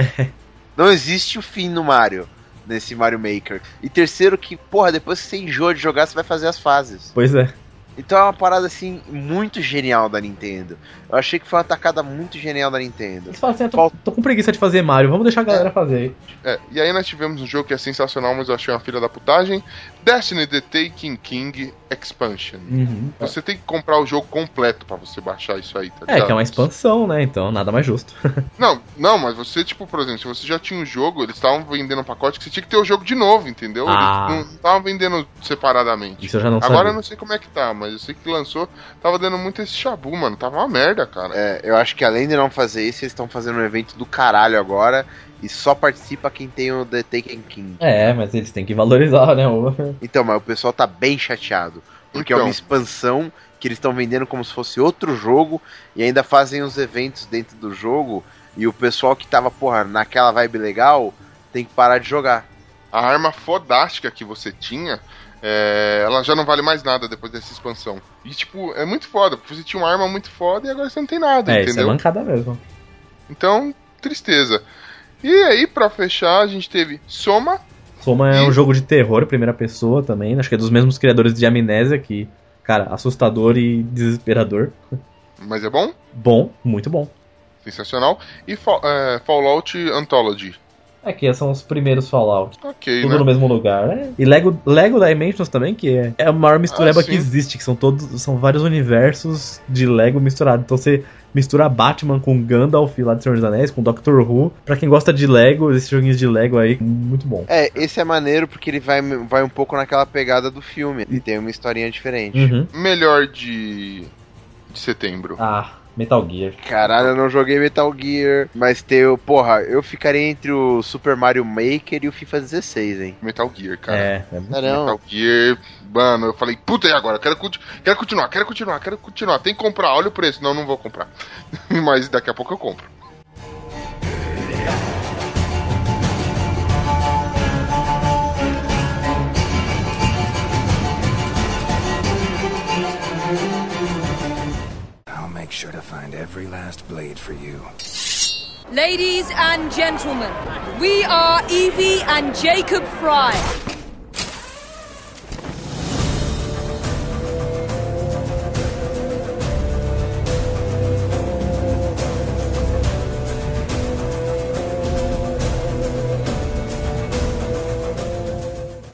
S4: Não existe o fim no Mario, nesse Mario Maker. E terceiro que, porra, depois que você enjoa de jogar, você vai fazer as fases.
S6: Pois é.
S4: Então é uma parada assim muito genial da Nintendo. Eu achei que foi uma tacada muito genial da Nintendo.
S6: Eles falam assim, ah, tô, tô com preguiça de fazer Mario, vamos deixar a galera fazer.
S3: É, e aí nós tivemos um jogo que é sensacional, mas eu achei uma filha da putagem. Destiny The Taking King Expansion.
S6: Uhum.
S3: Você tem que comprar o jogo completo pra você baixar isso aí, tá
S6: É, que é uma
S3: expansão.
S6: expansão, né? Então nada mais justo.
S3: Não, não, mas você, tipo, por exemplo, se você já tinha o jogo, eles estavam vendendo um pacote que você tinha que ter o jogo de novo, entendeu?
S6: Ah.
S3: Eles não estavam vendendo separadamente.
S6: Isso eu já não
S3: Agora eu
S6: sabia.
S3: não sei como é que tá, mas eu sei que lançou, tava dando muito esse chabu, mano. Tava uma merda, cara.
S4: É, eu acho que além de não fazer isso, eles estão fazendo um evento do caralho agora e só participa quem tem o The Taken King.
S6: É, mas eles têm que valorizar, né? o-
S4: Então, mas o pessoal tá bem chateado. Porque é
S3: Então.
S4: uma expansão que eles estão vendendo como se fosse outro jogo e ainda fazem os eventos dentro do jogo. E o pessoal que tava, porra, naquela vibe legal tem que parar de jogar.
S3: A arma fodástica que você tinha, é, ela já não vale mais nada depois dessa expansão. E, tipo, é muito foda, porque você tinha uma arma muito foda e agora você não tem nada,
S6: É, isso é
S3: entendeu?
S6: mancada mesmo.
S3: então, tristeza. E aí, pra fechar, a gente teve Soma.
S6: Soma é
S3: E-
S6: um jogo de terror, primeira pessoa também. Acho que é dos mesmos criadores de Amnésia, que, cara, assustador e desesperador.
S3: Mas é bom?
S6: Bom, muito bom.
S3: sensacional. E Fa- é, Fallout Anthology.
S6: Aqui É são os primeiros Fallout.
S3: Ok,
S6: Tudo no
S3: né?
S6: mesmo lugar. né? E Lego, Lego Dimensions também, que é, é a maior mistureba
S3: Ah, sim.
S6: que existe, que são todos. São vários universos de Lego misturados. Então você mistura Batman com Gandalf lá de Senhor dos Anéis, com Doctor Who. Pra quem gosta de Lego, esses joguinhos de Lego aí, muito bom.
S4: É, esse é maneiro porque ele vai, vai um pouco naquela pegada do filme. Ele tem uma historinha diferente.
S6: Uhum.
S3: Melhor de, de setembro.
S6: Ah, Metal Gear.
S4: Caralho, eu não joguei Metal Gear. Mas teu, porra, eu ficaria entre o Super Mario Maker e o FIFA 16, hein?
S3: Metal Gear, cara.
S6: é, é
S4: Caramba.
S3: Metal Gear, mano, eu falei, puta, e agora? Quero, conti- quero continuar, quero continuar, quero continuar. Tem que comprar, olha o preço. Não, não vou comprar. Mas daqui a pouco eu compro.
S7: I'll make sure to find every last blade for you.
S2: Ladies and gentlemen, we are Evie and Jacob Fry.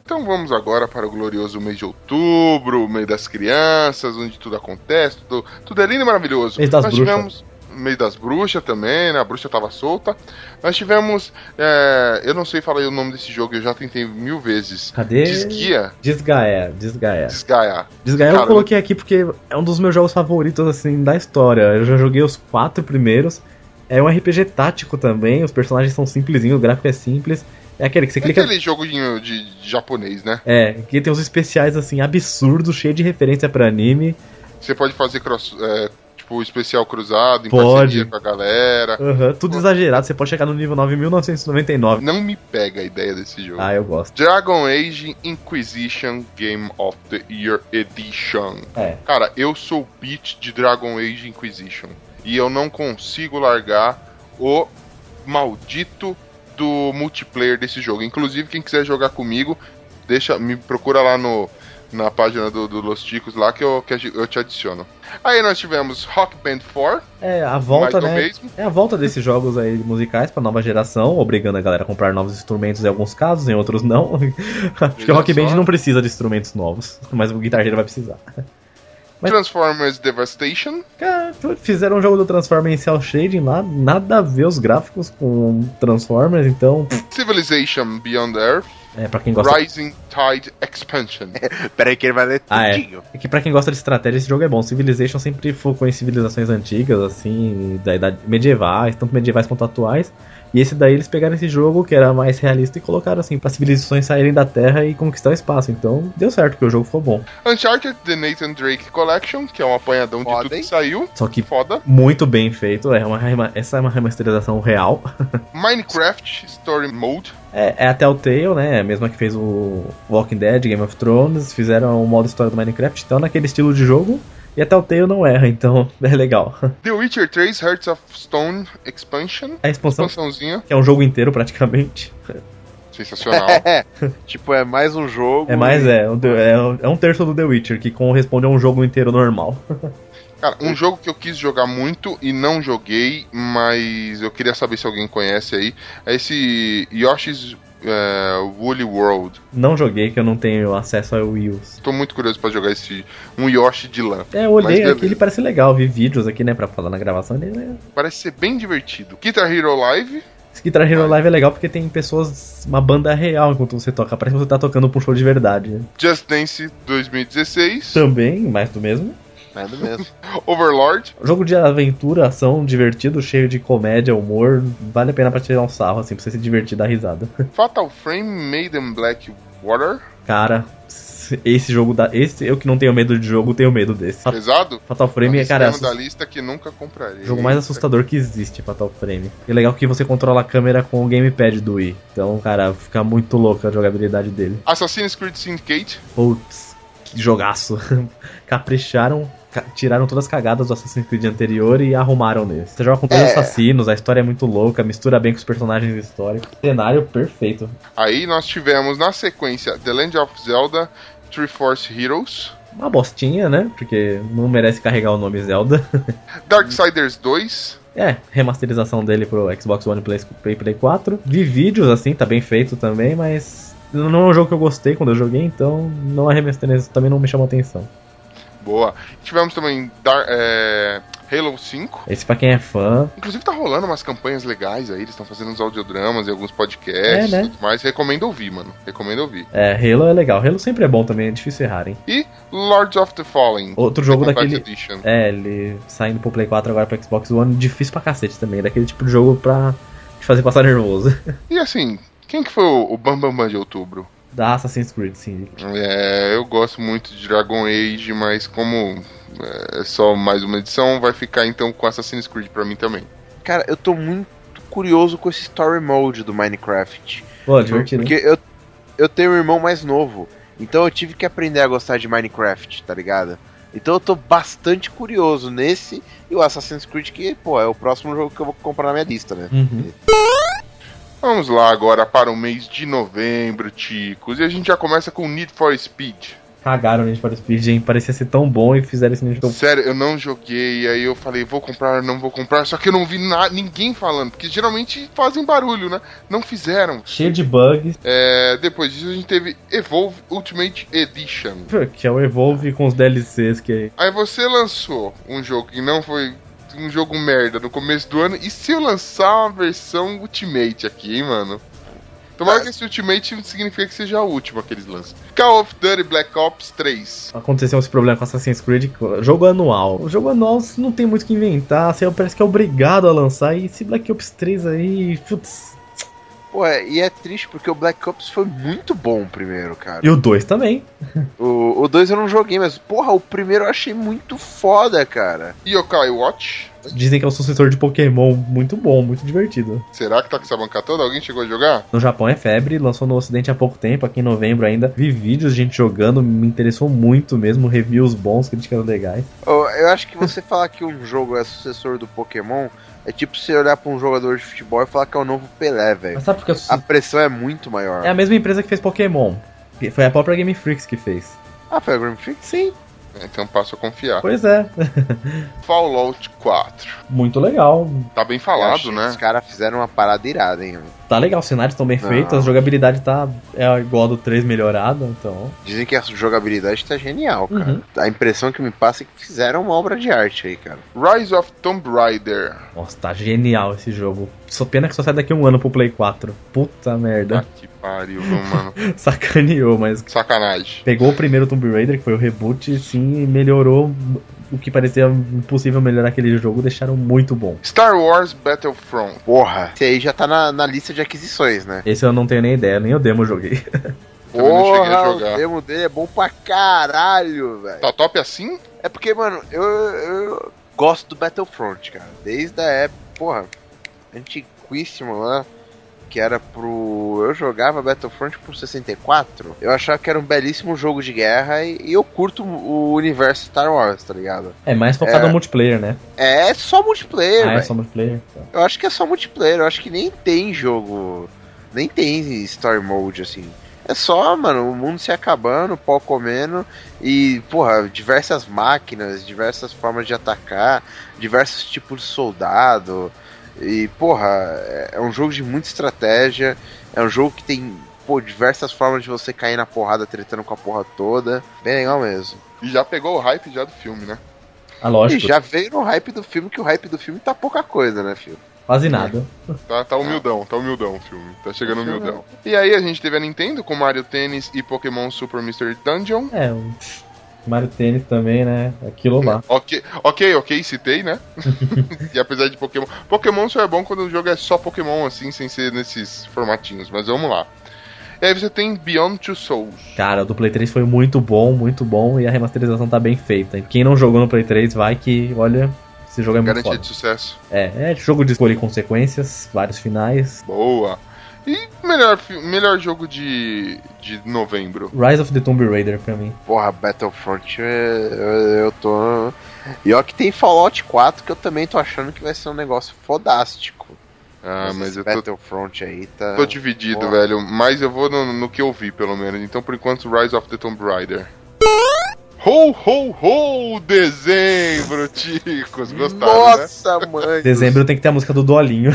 S3: Então vamos agora para o glorioso mês de outubro, o mês das crianças, onde tudo acontece, tudo, tudo é lindo e maravilhoso.
S6: Mês das bruxas.
S3: tivemos mês das bruxas também, né? A bruxa tava solta. Nós tivemos. é, eu não sei falar o nome desse jogo, eu já tentei mil vezes.
S6: Cadê?
S3: Desguia,
S6: Desgaia, desgaia.
S3: desgaia.
S6: Desgaia eu
S3: Cara,
S6: coloquei aqui porque é um dos meus jogos favoritos, assim, da história. Eu já joguei os quatro primeiros. É um RPG tático também, os personagens são simplesinhos, o gráfico é simples. É aquele que você
S3: É
S6: clica.
S3: aquele joguinho de, de japonês, né?
S6: É, que tem uns especiais, assim, absurdos, cheio de referência pra anime.
S3: Você pode fazer cross. é, tipo, especial cruzado, em
S6: Pode.
S3: parceria com a galera.
S6: Aham, tudo exagerado, você pode chegar no nível 9999.
S3: Não me pega a ideia desse jogo.
S6: Ah, eu gosto.
S3: Dragon Age Inquisition Game of the Year Edition.
S6: É.
S3: Cara, eu sou beat de Dragon Age Inquisition. E eu não consigo largar o maldito do multiplayer desse jogo. Inclusive, quem quiser jogar comigo, deixa, me procura lá no, na página do, do Los Ticos lá que eu, que eu te adiciono. Aí nós tivemos Rock Band 4,
S6: É, a volta,
S3: mais do
S6: né?
S3: mesmo.
S6: É a volta desses jogos aí musicais pra nova geração, obrigando a galera a comprar novos instrumentos em alguns casos, em outros não. Acho que o Rock
S3: Olha só.
S6: Band não precisa de instrumentos novos, mas o Guitar Hero vai precisar. Mas-
S3: Transformers Devastation.
S6: Cara, fizeram um jogo do Transformers em Cell Shading lá, nada a ver os gráficos com Transformers, então.
S3: Civilization Beyond Earth.
S6: É, pra quem gosta.
S3: Rising Tide Expansion.
S4: Peraí que ele vai ler
S6: Ah, é.
S4: tudinho.
S6: É que pra quem gosta de estratégia, esse jogo é bom. Civilization sempre focou em civilizações antigas, assim, da idade medievais, tanto medievais quanto atuais. E esse daí eles pegaram esse jogo, que era mais realista, e colocaram assim, pra civilizações saírem da terra e conquistar o espaço. Então deu certo, porque o jogo ficou bom.
S3: Uncharted The Nathan Drake Collection, que é um apanhadão
S4: Foda,
S3: de tudo
S4: hein?
S3: que saiu.
S6: Só que
S3: Foda.
S6: muito bem feito, é uma rema- essa é uma remasterização real.
S3: Minecraft Story Mode.
S6: É, é a Telltale, né? A mesma que fez o Walking Dead, Game of Thrones, fizeram o modo história do Minecraft, então naquele estilo de jogo. E a Telltale não erra, então é legal.
S3: The Witcher 3 Hearts of Stone Expansion.
S6: A expansão,
S3: Expansãozinha.
S6: que é um jogo inteiro praticamente.
S3: Sensacional.
S4: Tipo, é mais um jogo.
S6: É mais, é, o The- é, o- é um terço do The Witcher, que corresponde a um jogo inteiro normal.
S3: Cara, um jogo que eu quis jogar muito e não joguei, mas eu queria saber se alguém conhece aí, é esse Yoshi's eh, Woolly World.
S6: Não joguei, que eu não tenho acesso ao Wii U.
S3: Tô muito curioso pra jogar esse um Yoshi de lã.
S6: É, eu olhei
S3: beleza.
S6: aqui, ele parece legal, vi vídeos aqui, né, pra falar na gravação. Ele, é-
S3: Parece ser bem divertido. Guitar Hero Live,
S6: Esse Guitar Hero Live é legal porque tem pessoas, uma banda real enquanto você toca, parece que você tá tocando pra um show de verdade. né?
S3: Just Dance 2016,
S6: Também, mais do mesmo.
S4: Nada mesmo.
S3: Overlord,
S6: Jogo de aventura, ação, divertido, cheio de comédia, humor. Vale a pena pra tirar um sarro, assim, pra você se divertir, dar risada.
S3: Fatal Frame, Maiden Black Water.
S6: Cara, esse jogo da. Esse eu que não tenho medo de jogo, tenho medo desse. Fa-
S3: Pesado?
S6: Fatal Frame é, cara,
S3: Arriscando
S6: assust-
S3: da lista que nunca comprarei.
S6: o jogo mais assustador que existe, Fatal Frame. E legal que você controla a câmera com o gamepad do Wii. Então, cara, fica muito louca a jogabilidade dele.
S3: Assassin's Creed Syndicate,
S6: Putz, que jogaço. Capricharam, ca- tiraram todas as cagadas do Assassin's Creed anterior e arrumaram nele. Você joga com todos os
S4: É.
S6: assassinos, a história é muito louca, mistura bem com os personagens históricos. Cenário perfeito.
S3: Aí nós tivemos na sequência The Legend of Zelda, Triforce Heroes,
S6: Uma bostinha, né? Porque não merece carregar o nome Zelda.
S3: Darksiders 2,
S6: É, remasterização dele pro Xbox One e Play- Play, Play 4. Vi vídeos assim, tá bem feito também, mas não é um jogo que eu gostei quando eu joguei, então não é remasterização, também não me chamou atenção.
S3: boa. Tivemos também Dar é, Halo 5.
S6: Esse pra quem é fã,
S3: Inclusive tá rolando umas campanhas legais aí, eles estão fazendo uns audiodramas e alguns podcasts
S6: É, né?
S3: e tudo mais. Recomendo ouvir, mano. Recomendo ouvir.
S6: é, Halo é legal. Halo sempre é bom também, é difícil errar, hein?
S3: E Lords of the Fallen.
S6: Outro jogo
S3: Complete
S6: daquele,
S3: Edition.
S6: É, ele saindo pro Play 4 agora pro Xbox One, difícil pra cacete também. Daquele tipo de jogo pra te fazer passar nervoso.
S3: E assim, quem que foi o, o Bam Bam Bam de outubro?
S6: Da Assassin's Creed, sim.
S3: É, eu gosto muito de Dragon Age, mas como é só mais uma edição, vai ficar então com Assassin's Creed pra mim também.
S4: Cara, eu tô muito curioso com esse story mode do Minecraft.
S6: Pô, divertido. né?
S4: Porque eu, eu tenho um irmão mais novo. Então eu tive que aprender a gostar de Minecraft, tá ligado? Então eu tô bastante curioso nesse e o Assassin's Creed, que, pô, é o próximo jogo que eu vou comprar na minha lista, né?
S6: Uhum.
S3: Vamos lá agora para o mês de novembro, Ticos. E a gente já começa com Need for Speed.
S6: Cagaram o Need for Speed, hein? Parecia ser tão bom e fizeram esse Need for
S3: Sério, eu não joguei, aí eu falei, vou comprar, não vou comprar, só que eu não vi na- ninguém falando, porque geralmente fazem barulho, né? Não fizeram.
S6: Cheio de bugs,
S3: É, depois disso a gente teve Evolve Ultimate Edition.
S6: que é o Evolve com os DLCs que
S3: Aí você lançou um jogo que não foi um jogo merda no começo do ano, e se eu lançar uma versão Ultimate aqui, hein, mano? Tomara que esse Ultimate não significa que seja a última que eles lançam. Call of Duty Black Ops 3.
S6: aconteceu esse problema com Assassin's Creed, é jogo anual. O jogo anual você não tem muito o que inventar, você parece que é obrigado a lançar. E esse Black Ops 3 aí, putz.
S4: Pô, é- e é triste porque o Black Ops foi muito bom o primeiro, cara.
S6: E o 2 também.
S4: O o dois eu não joguei, mas, porra, o primeiro eu achei muito foda, cara.
S3: Yokai Watch.
S6: Dizem que é um sucessor de Pokémon muito bom, muito divertido.
S3: Será que tá com essa banca toda? Alguém chegou a jogar?
S6: No Japão é febre, lançou no Ocidente há pouco tempo, aqui em novembro ainda. Vi vídeos de gente jogando, me interessou muito mesmo, reviews bons, críticas legais.
S4: Ô, Eu acho que você falar que um jogo é sucessor do Pokémon é tipo você olhar pra um jogador de futebol e falar que é o novo Pelé, velho.
S6: Mas sabe por que eu...
S4: A pressão é muito maior.
S6: É a mesma empresa que fez Pokémon. que Foi a própria Game Freaks que fez.
S4: Ah, foi a Grim Fix?
S6: Sim,
S3: Então passo a confiar.
S6: pois é.
S3: Fallout 4.
S6: Muito legal.
S3: Tá bem
S4: Eu
S3: falado,
S4: achei que Os
S3: né?
S4: caras fizeram uma parada irada, hein? mano.
S6: Tá legal, os cenários estão bem
S4: Não.
S6: feitos, a jogabilidade tá é igual a do 3 melhorada, então.
S4: Dizem que a jogabilidade tá genial, cara.
S6: Uhum.
S4: A impressão que me passa é que fizeram uma obra de arte aí, cara.
S3: Rise of Tomb Raider.
S6: Nossa, tá genial esse jogo. Só pena que só sai daqui a um ano pro Play 4. Puta merda.
S3: Que pariu, viu, mano.
S4: Ah.
S6: Sacaneou, mas
S3: Sacanagem.
S6: pegou o primeiro Tomb Raider, que foi o reboot, sim, e melhorou o que parecia impossível melhorar aquele jogo, deixaram muito bom.
S3: Star Wars Battlefront.
S4: Porra. Esse aí já tá na, na lista de aquisições, né?
S6: Esse eu não tenho nem ideia, nem eu demo joguei.
S3: Também não cheguei a
S4: Porra, o
S3: jogar.
S4: demo dele é bom pra caralho, velho.
S3: Tá top assim?
S4: É porque, mano, eu, eu gosto do Battlefront, cara. Desde a época, porra, antiquíssimo lá, que era pro. Eu jogava Battlefront pro 64. Eu achava que era um belíssimo jogo de guerra e, e eu curto o universo Star Wars, tá ligado?
S6: É mais focado
S4: É.
S6: no multiplayer, né?
S4: É só multiplayer,
S6: ah, é
S4: velho.
S6: só multiplayer? Tá.
S4: Eu acho que é só multiplayer, eu acho que nem tem jogo. Nem tem story mode, assim. É só, mano, o mundo se acabando, o pau comendo e, porra, diversas máquinas, diversas formas de atacar, diversos tipos de soldado. E, porra, é- é um jogo de muita estratégia, é um jogo que tem, pô, diversas formas de você cair na porrada tretando com a porra toda. Bem legal mesmo.
S3: E já pegou o hype já do filme, né?
S6: Ah,
S4: E
S6: lógico.
S4: já veio no hype do filme, que o hype do filme tá pouca coisa, né, filho?
S6: Quase nada.
S3: Tá, tá humildão, tá humildão o filme. Tá chegando humildão. E aí a gente teve a Nintendo com Mario Tennis e Pokémon Super Mystery Dungeon.
S6: É, o Mario Tênis também, né? Aquilo lá.
S3: Ok, ok, ok, citei, né? e apesar de Pokémon. Pokémon só é bom quando o jogo é só Pokémon, assim, sem ser nesses formatinhos, mas vamos lá. E aí você tem Beyond Two Souls.
S6: Cara, o do Play 3 foi muito bom, muito bom, e a remasterização tá bem feita. E Quem não jogou no Play 3, vai que, olha, esse jogo é muito
S3: Garantia
S6: foda.
S3: de sucesso.
S6: É, é jogo de escolha e consequências, vários finais.
S3: Boa. E melhor, fi- melhor jogo de, de novembro.
S6: Rise of the Tomb Raider pra mim.
S4: Porra, Battlefront, eu, eu, eu tô. E ó, que tem Fallout 4 que eu também tô achando que vai ser um negócio fodástico.
S3: Ah, mas
S4: Esse
S3: eu tô,
S4: Battlefront aí tá.
S3: tô dividido,
S4: Boa.
S3: velho. Mas eu vou no, no que eu vi, pelo menos. Então, por enquanto, Rise of the Tomb Raider. Ho, ho, ho! Dezembro, ticos! Gostaram, né?
S4: Nossa, mãe!
S6: Dezembro tem que ter a música do Dolinho.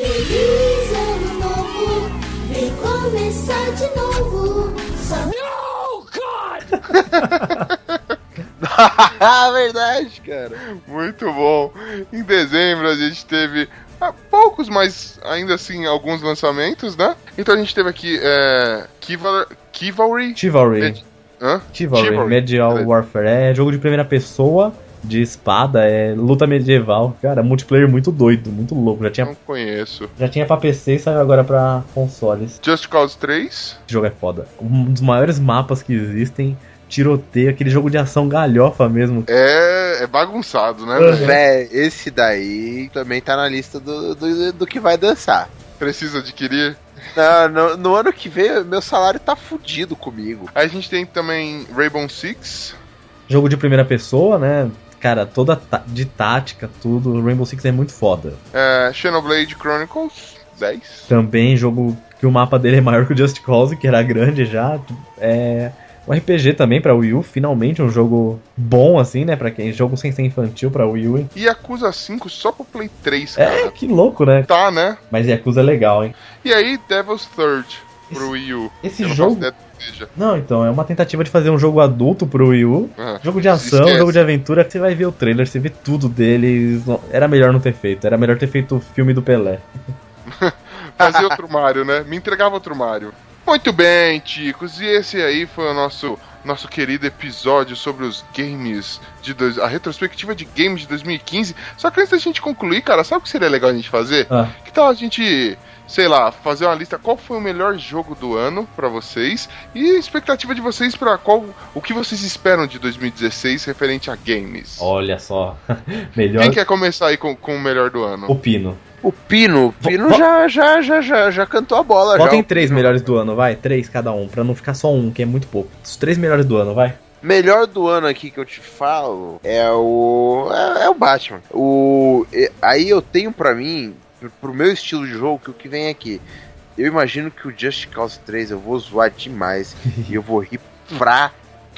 S9: Feliz ano novo, vem começar de novo. Só
S4: ah, verdade, cara.
S3: Muito bom. Em dezembro a gente teve ah, poucos, mas ainda assim alguns lançamentos, né? Então a gente teve aqui é, Kival- Kivalry.
S6: Chivalry.
S3: Med- Hã?
S6: Chivalry.
S3: Chivalry.
S6: Medieval
S3: Beleza.
S6: Warfare. É jogo de primeira pessoa, de espada, é luta medieval. Cara, multiplayer muito doido, muito louco. Já tinha,
S3: Não conheço.
S6: já tinha pra PC e saiu agora pra consoles.
S3: Just Cause 3.
S6: Esse jogo é foda. Um dos maiores mapas que existem. Tiroteio, aquele jogo de ação galhofa mesmo.
S3: É, é bagunçado, né?
S6: Uhum.
S3: velho?
S4: Véi, esse daí também tá na lista do, do, do que vai dançar.
S3: Precisa adquirir.
S4: Não, no, no ano que vem, meu salário tá fudido comigo.
S3: Aí a gente tem também Rainbow Six.
S6: Jogo de primeira pessoa, né? Cara, toda ta- de tática, tudo. Rainbow Six é muito foda.
S3: É, Xenoblade Chronicles 10.
S6: Também jogo que o mapa dele é maior que o Just Cause, que era grande já. É. Um RPG também pra Wii U, finalmente um jogo bom assim, né? Pra quem jogo sem ser infantil pra Wii U. hein?
S3: E Acusa 5 só pro Play 3, cara.
S6: É, que louco, né?
S3: Tá, né?
S6: Mas Yakuza é legal, hein?
S3: E aí Devil's Third pro Wii U.
S6: Esse
S3: Eu não
S6: jogo.
S3: faço ideia do que seja.
S6: Não, então, é uma tentativa de fazer um jogo adulto pro Wii U.
S3: Ah,
S6: Jogo de ação,
S3: esquece.
S6: jogo de aventura, você vai ver o trailer, você vê tudo dele. Era melhor não ter feito, era melhor ter feito o filme do Pelé.
S3: Fazer outro Mario, né? Me entregava outro Mario. Muito bem, chicos. E esse aí foi o nosso nosso querido episódio sobre os games de dois, a retrospectiva de games de 2015. Só que antes da gente concluir, cara, sabe o que seria legal a gente fazer?
S6: Ah.
S3: Que tal a gente, sei lá, fazer uma lista qual foi o melhor jogo do ano pra vocês e a expectativa de vocês pra qual o que vocês esperam de 2016 referente a games.
S6: Olha só, melhor
S3: Quem é? quer começar aí com, com o melhor do ano?
S6: o Pino.
S4: O Pino, o Pino
S6: vo-
S4: já, já, já, já, já cantou a bola,
S3: Ah,
S4: já.
S6: Botem três melhores do ano, vai, três cada um, pra não ficar só um, que é muito pouco. Os três melhores do ano, vai.
S4: Melhor do ano aqui que eu te falo é o. É, é o Batman. O, e- aí eu tenho pra mim, pro- pro meu estilo de jogo, que o que vem aqui. Eu imagino que o Just Cause 3 eu vou zoar demais e eu vou rir pra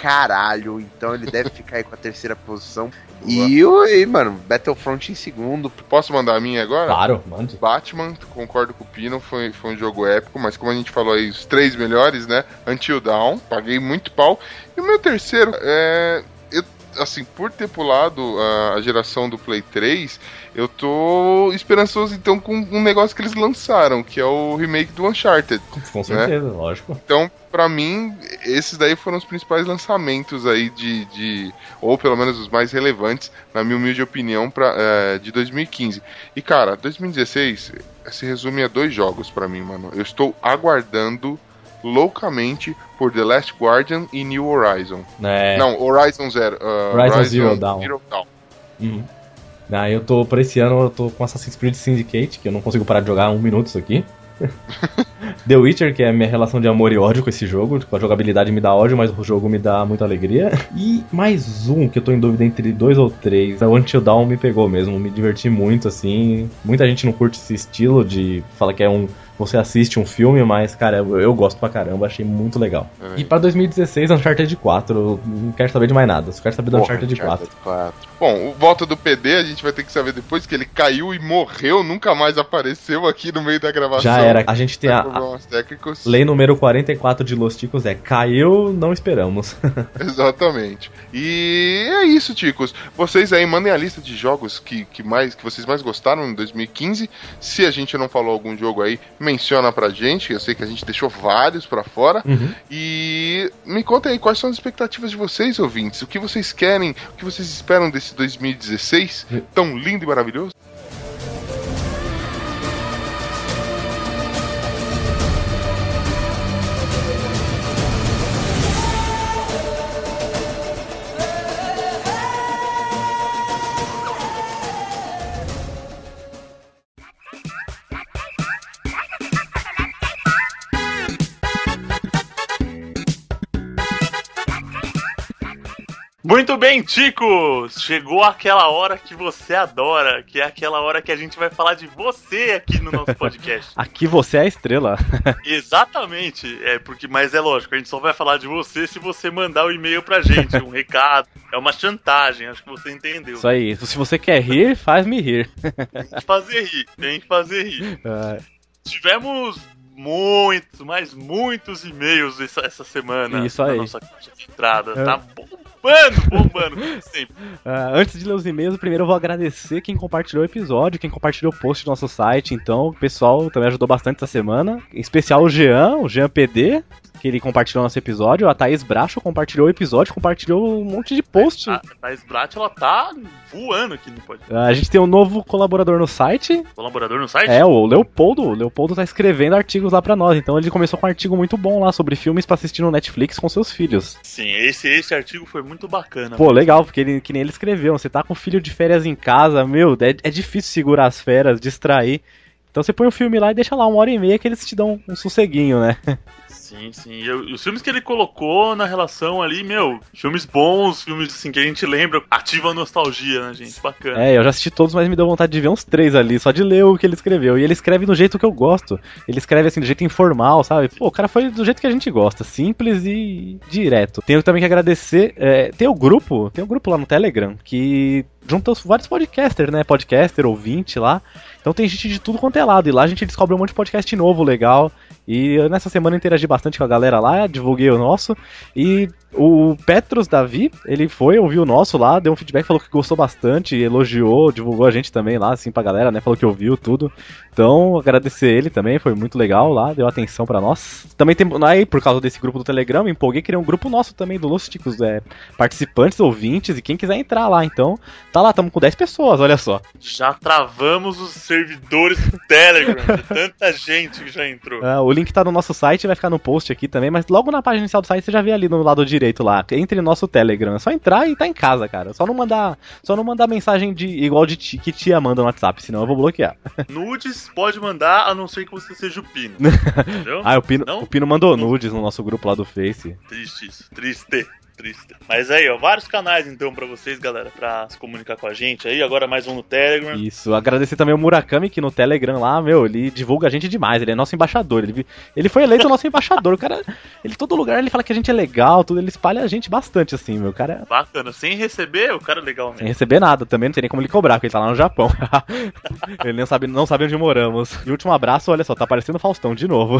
S4: caralho. Então ele deve ficar aí com a terceira posição. E eu, e, mano, Battlefront em segundo.
S3: Posso mandar a minha agora?
S6: Claro, mande.
S3: Batman, concordo com o Pino, foi, foi um jogo épico, mas como a gente falou aí, os três melhores, né? Until Dawn, paguei muito pau. E o meu terceiro, é. Eu assim, por ter pulado a, a geração do Play 3, eu tô esperançoso então com um negócio que eles lançaram, que é o remake do Uncharted.
S4: Com certeza, lógico.
S3: Então, pra mim, esses daí foram os principais lançamentos aí de. de ou pelo menos os mais relevantes, na minha humilde opinião, pra, eh, de 2015. E cara, 2016 se resume a dois jogos pra mim, mano. Eu estou aguardando loucamente por The Last Guardian e New Horizon.
S6: É.
S4: né?
S3: Não, Horizon Zero. ah,
S4: Horizon Zero Dawn.
S3: Dawn.
S4: Uhum. Ah, eu tô, pra esse ano, eu tô com Assassin's Creed Syndicate, que eu não consigo parar de jogar um minuto isso aqui. The Witcher, que é a minha relação de amor e ódio com esse jogo. Tipo, a jogabilidade me dá ódio, mas o jogo me dá muita alegria. E mais um, que eu tô em dúvida entre dois ou três. é O Until Dawn me pegou mesmo, me diverti muito, assim. Muita gente não curte esse estilo de... Fala que é um... Você assiste um filme, mas, cara, eu, eu gosto pra caramba, achei muito legal.
S3: É.
S4: E pra 2016, Uncharted 4, eu não quero saber de mais nada, só quero saber do Uncharted 4.
S10: 4.
S3: Bom, o volta do PD a gente vai ter que saber depois que ele caiu e morreu, nunca mais apareceu aqui no meio da gravação.
S4: Já era. A gente tem a, a
S3: Problemas técnicos.
S4: lei número 44 de Los Ticos é caiu, não esperamos.
S3: Exatamente. E é isso, Ticos. Vocês aí mandem a lista de jogos que, que, mais, que vocês mais gostaram em 2015. Se a gente não falou algum jogo aí, menciona pra gente. Eu sei que a gente deixou vários pra fora. E me contem aí quais são as expectativas de vocês, ouvintes. O que vocês querem, o que vocês esperam desse 2016 tão lindo e maravilhoso?
S11: Muito bem, Ticos! Chegou aquela hora que você adora, que é aquela hora que a gente vai falar de você aqui no nosso podcast.
S6: Aqui você é a estrela.
S11: Exatamente, é porque, mas é lógico, a gente só vai falar de você se você mandar o um e-mail pra gente, um recado. É uma chantagem, acho que você entendeu.
S6: Isso aí. Se você quer rir, faz-me rir.
S11: Tem que fazer rir, tem que fazer rir.
S6: Ah,
S11: Tivemos muitos, mas muitos e-mails essa, essa semana
S6: Isso aí. É.
S11: na nossa caixa de entrada. Tá bombando, bombando, como sempre.
S6: Ah, antes de ler os e-mails, primeiro eu vou agradecer quem compartilhou o episódio, quem compartilhou o post do nosso site. Então, o pessoal também ajudou bastante essa semana. Em especial o Jean, o Jean PD, que ele compartilhou nosso episódio. A Thaís Bracho compartilhou o episódio, compartilhou um monte de post.
S11: A Thais Brat, ela tá voando aqui no podcast.
S6: Ah, a gente tem um novo colaborador no site.
S11: Colaborador no site?
S6: É, o Leopoldo. O Leopoldo tá escrevendo artigos lá pra nós. Então, ele começou com um artigo muito bom lá sobre filmes pra assistir no Netflix com seus filhos.
S11: Sim, esse, esse artigo foi muito bacana.
S6: Pô, legal, porque ele, que nem ele escreveu, você tá com o filho de férias em casa, meu, é, é difícil segurar as férias, distrair. Então você põe um filme lá e deixa lá uma hora e meia que eles te dão um sosseguinho, né?
S11: Sim, sim. E eu- e os filmes que ele colocou na relação ali, meu, filmes bons, filmes assim que a gente lembra, ativa a nostalgia, né, gente? Bacana.
S6: É, eu já assisti todos, mas me deu vontade de ver uns três ali, só de ler o que ele escreveu. E ele escreve do jeito que eu gosto. Ele escreve assim, do jeito informal, sabe? Pô, o cara foi do jeito que a gente gosta, simples e direto. Tenho também que agradecer. é, tem o grupo, tem o grupo lá no Telegram, que junta os- vários podcasters, né? Podcaster, ouvinte lá. Então tem gente de tudo quanto é lado. E lá a gente descobre um monte de podcast novo, legal. E eu, nessa semana interagi bastante com a galera lá, divulguei o nosso. E o Petros Davi, ele foi, ouviu o nosso lá, deu um feedback, falou que gostou bastante, elogiou, divulgou a gente também lá, assim, pra galera, né? Falou que ouviu tudo. Então, agradecer ele também, foi muito legal lá, deu atenção pra nós. Também tem, né, aí, por causa desse grupo do Telegram, me empolguei, criei um grupo nosso também do Los Ticos, é, participantes, ouvintes, e quem quiser entrar lá, então, tá lá, tamo com 10 pessoas, olha só.
S11: Já travamos os servidores do Telegram, de tanta gente que já entrou.
S6: Ah, o link tá no nosso site, vai ficar no post aqui também, mas logo na página inicial do site você já vê ali no lado direito lá. Entre no nosso Telegram. É só entrar e tá em casa, cara. Só não mandar, só não mandar mensagem de igual de ti, que tia manda no WhatsApp, senão eu vou bloquear.
S11: Nudes pode mandar, a não ser que você seja o Pino. Entendeu?
S6: Ah, o Pino,
S11: Então, Não?
S6: o Pino mandou nudes no nosso grupo lá do Face.
S11: Triste isso, triste, triste. Mas aí, ó, vários canais então pra vocês, galera, pra se comunicar com a gente aí. Agora mais um no Telegram.
S6: Isso, agradecer também o Murakami, que no Telegram lá, meu, ele divulga a gente demais, ele é nosso embaixador. Ele, vi- ele foi eleito nosso embaixador. O cara, ele todo lugar ele fala que a gente é legal, tudo, ele espalha a gente bastante, assim, meu. O cara é-
S11: Bacana, sem receber, o cara é legal
S6: Sem
S11: mesmo.
S6: receber nada também, não tem nem como ele cobrar, porque ele tá lá no Japão. ele não sabe, não sabe onde moramos. E último abraço, olha só, tá parecendo o Faustão de novo.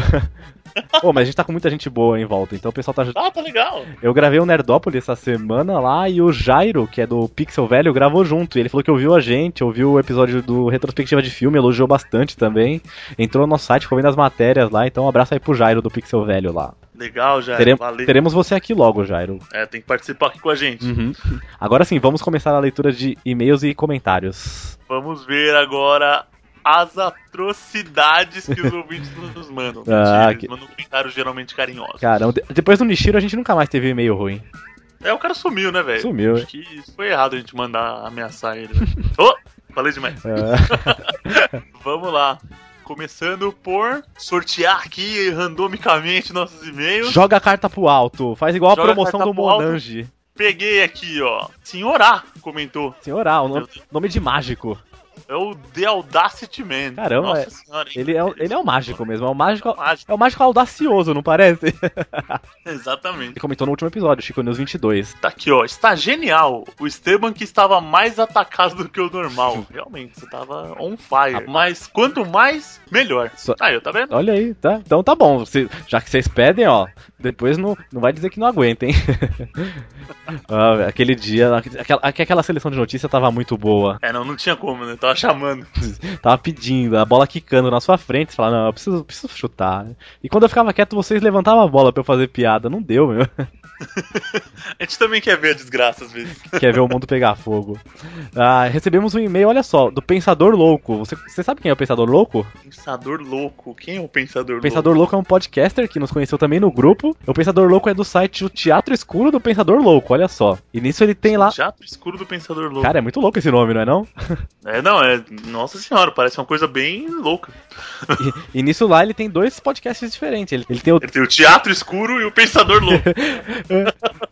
S6: Pô, mas a gente tá com muita gente boa em volta, então o pessoal tá.
S11: Ah, tá legal.
S6: Eu gravei um Tecnotópolis essa semana lá e o Jairo, que é do Pixel Velho, gravou junto. E ele falou que ouviu a gente, ouviu o episódio do Retrospectiva de Filme, elogiou bastante também. Entrou no nosso site, ficou vendo as matérias lá. Então, um abraço aí pro Jairo do Pixel Velho lá.
S11: Legal, Jairo.
S6: Terem-
S11: valeu.
S6: teremos você aqui logo, Jairo.
S11: É, tem que participar aqui com a gente.
S6: Uhum. Agora sim, vamos começar a leitura de e-mails e comentários.
S11: Vamos ver agora as atrocidades que os ouvintes nos mandam.
S6: Ah,
S11: Eles
S6: que-
S11: mandam comentários geralmente carinhosos.
S6: Caramba, de- depois do Nishiro a gente nunca mais teve e-mail ruim.
S11: É, o cara sumiu, né, velho?
S6: Sumiu,
S11: Acho
S6: é.
S11: que foi errado a gente mandar ameaçar ele. né? Ô, falei demais.
S6: É.
S11: Vamos lá. Começando por sortear aqui randomicamente nossos e-mails.
S6: Joga a carta pro alto, faz igual
S11: Joga
S6: a promoção
S11: carta
S6: do
S11: pro alto.
S6: Monange.
S11: Peguei aqui, ó. Senhorá comentou.
S6: Senhorá, o nome, nome de mágico.
S11: É o The Audacity Man.
S6: Caramba,
S11: Nossa
S6: é-
S11: senhora, hein?
S6: ele, é, o- ele é o mágico mesmo, é o mágico, é o mágico audacioso, não parece?
S11: Exatamente.
S6: Ele comentou no último episódio, Chico News 22.
S11: Tá aqui, ó. Está genial. O Esteban que estava mais atacado do que o normal. Realmente, você tava on fire. Mas quanto mais, melhor.
S6: Ah, Só-
S11: Aí, tá vendo?
S6: Olha aí, tá? Então tá bom, se- já que vocês pedem, ó, depois não, não vai dizer que não aguenta, hein? Ah, velho, aquele dia, aquela, aquela seleção de notícia tava muito boa.
S11: É, não, não tinha como, né? Tava chamando.
S6: Tava pedindo, a bola quicando na sua frente, você falava, não, eu preciso, preciso chutar. E quando eu ficava quieto, vocês levantavam a bola pra eu fazer piada. Não deu, meu.
S11: A gente também quer ver a desgraça às vezes.
S6: Quer ver o mundo pegar fogo. Ah, recebemos um e-mail, olha só, do Pensador Louco. Você, você sabe quem é o Pensador Louco?
S11: Pensador louco. Quem é o pensador,
S6: O Pensador Louco é um podcaster que nos conheceu também no grupo. O Pensador Louco é do site O Teatro Escuro do Pensador Louco, olha só. E nisso ele tem lá.
S11: Teatro escuro do pensador louco.
S6: Cara, é muito louco esse nome, não é não?
S11: É, não, é. Nossa senhora, parece uma coisa bem louca.
S6: E, e nisso lá ele tem dois podcasts diferentes. Ele, ele tem o.
S11: Ele tem o teatro escuro e o pensador louco.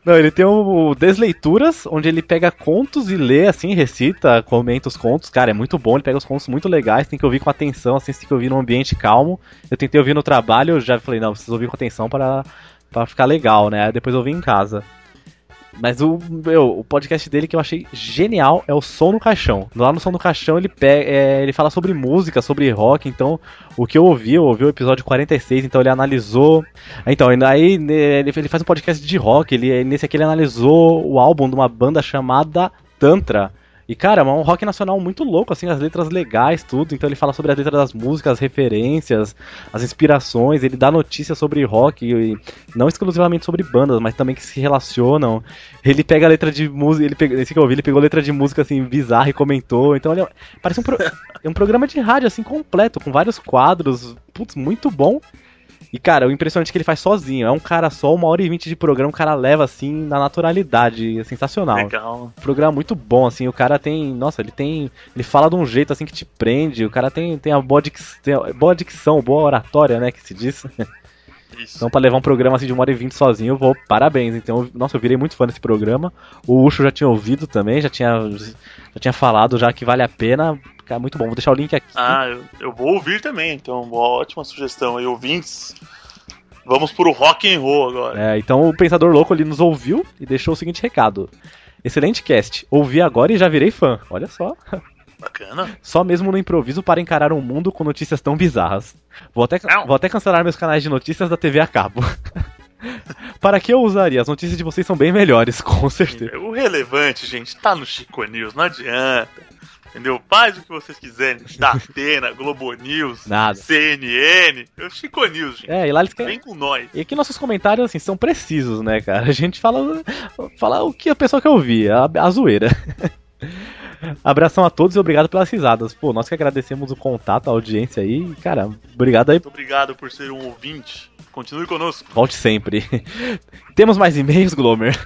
S6: Não, ele tem o Desleituras, onde ele pega contos e lê, assim, recita, comenta os contos. Cara, é muito bom, ele pega os contos muito legais, tem que ouvir com atenção, assim, tem que ouvir num ambiente calmo. Eu tentei ouvir no trabalho, eu já falei, não, preciso ouvir com atenção para para ficar legal, né? Aí Depois eu ouvi em casa. Mas o, meu, o podcast dele que eu achei genial é o Som no Caixão. Lá no Som no Caixão ele, pe- é, ele fala sobre música, sobre rock, então o que eu ouvi, eu ouvi o episódio 46, então ele analisou. Então, e aí né, ele, ele faz um podcast de rock, ele, nesse aqui ele analisou o álbum de uma banda chamada Tantra. E cara, é um rock nacional muito louco, assim, as letras legais, tudo. Então ele fala sobre as letras das músicas, as referências, as inspirações, ele dá notícias sobre rock, e não exclusivamente sobre bandas, mas também que se relacionam. Ele pega a letra de música, ele pegou, esse que eu ouvi, ele pegou a letra de música assim bizarra e comentou. Então ele é- parece um, pro- é um programa de rádio assim completo, com vários quadros, putz, muito bom. E, cara, o impressionante é que ele faz sozinho. É um cara só, uma hora e vinte de programa, o cara leva, assim, na naturalidade. É sensacional.
S11: Legal.
S6: Um programa muito bom, assim. O cara tem. Nossa, ele tem. Ele fala de um jeito, assim, que te prende. O cara tem, tem a boa, dicção, tem a boa dicção, boa oratória, né, que se diz. Então, pra levar um programa assim de uma hora e vinte sozinho, eu vou, parabéns. Então, eu- nossa, eu virei muito fã desse programa. O Ucho já tinha ouvido também, já tinha, já tinha falado já que vale a pena. Cara, muito bom. Vou deixar o link aqui.
S11: Ah, eu, eu vou ouvir também, então, uma ótima sugestão aí, ouvintes. Vamos pro rock and roll agora.
S6: É, então o Pensador Louco ele nos ouviu e deixou o seguinte recado. Excelente cast. Ouvi agora e já virei fã. Olha só. É.
S11: Bacana.
S6: Só mesmo no improviso para encarar um mundo com notícias tão bizarras. Vou até, vou até cancelar meus canais de notícias da TV a cabo. para que eu usaria? As notícias de vocês são bem melhores, com certeza.
S11: O relevante, gente, tá no Chico News, não adianta. Entendeu? Faz o que vocês quiserem. Da Atena, Globo News,
S6: Nada.
S11: CNN. É o Chico News, gente.
S6: É, e lá eles querem-
S11: Vem com nós.
S6: E que nossos comentários, assim, são precisos, né, cara? A gente fala, fala o que a pessoa quer ouvir, a, a zoeira. Abração a todos e obrigado pelas risadas. Pô, nós que agradecemos o contato, a audiência aí. Cara, obrigado aí.
S11: Muito obrigado por ser um ouvinte. Continue conosco.
S6: Volte sempre. Temos mais e-mails, Glomer?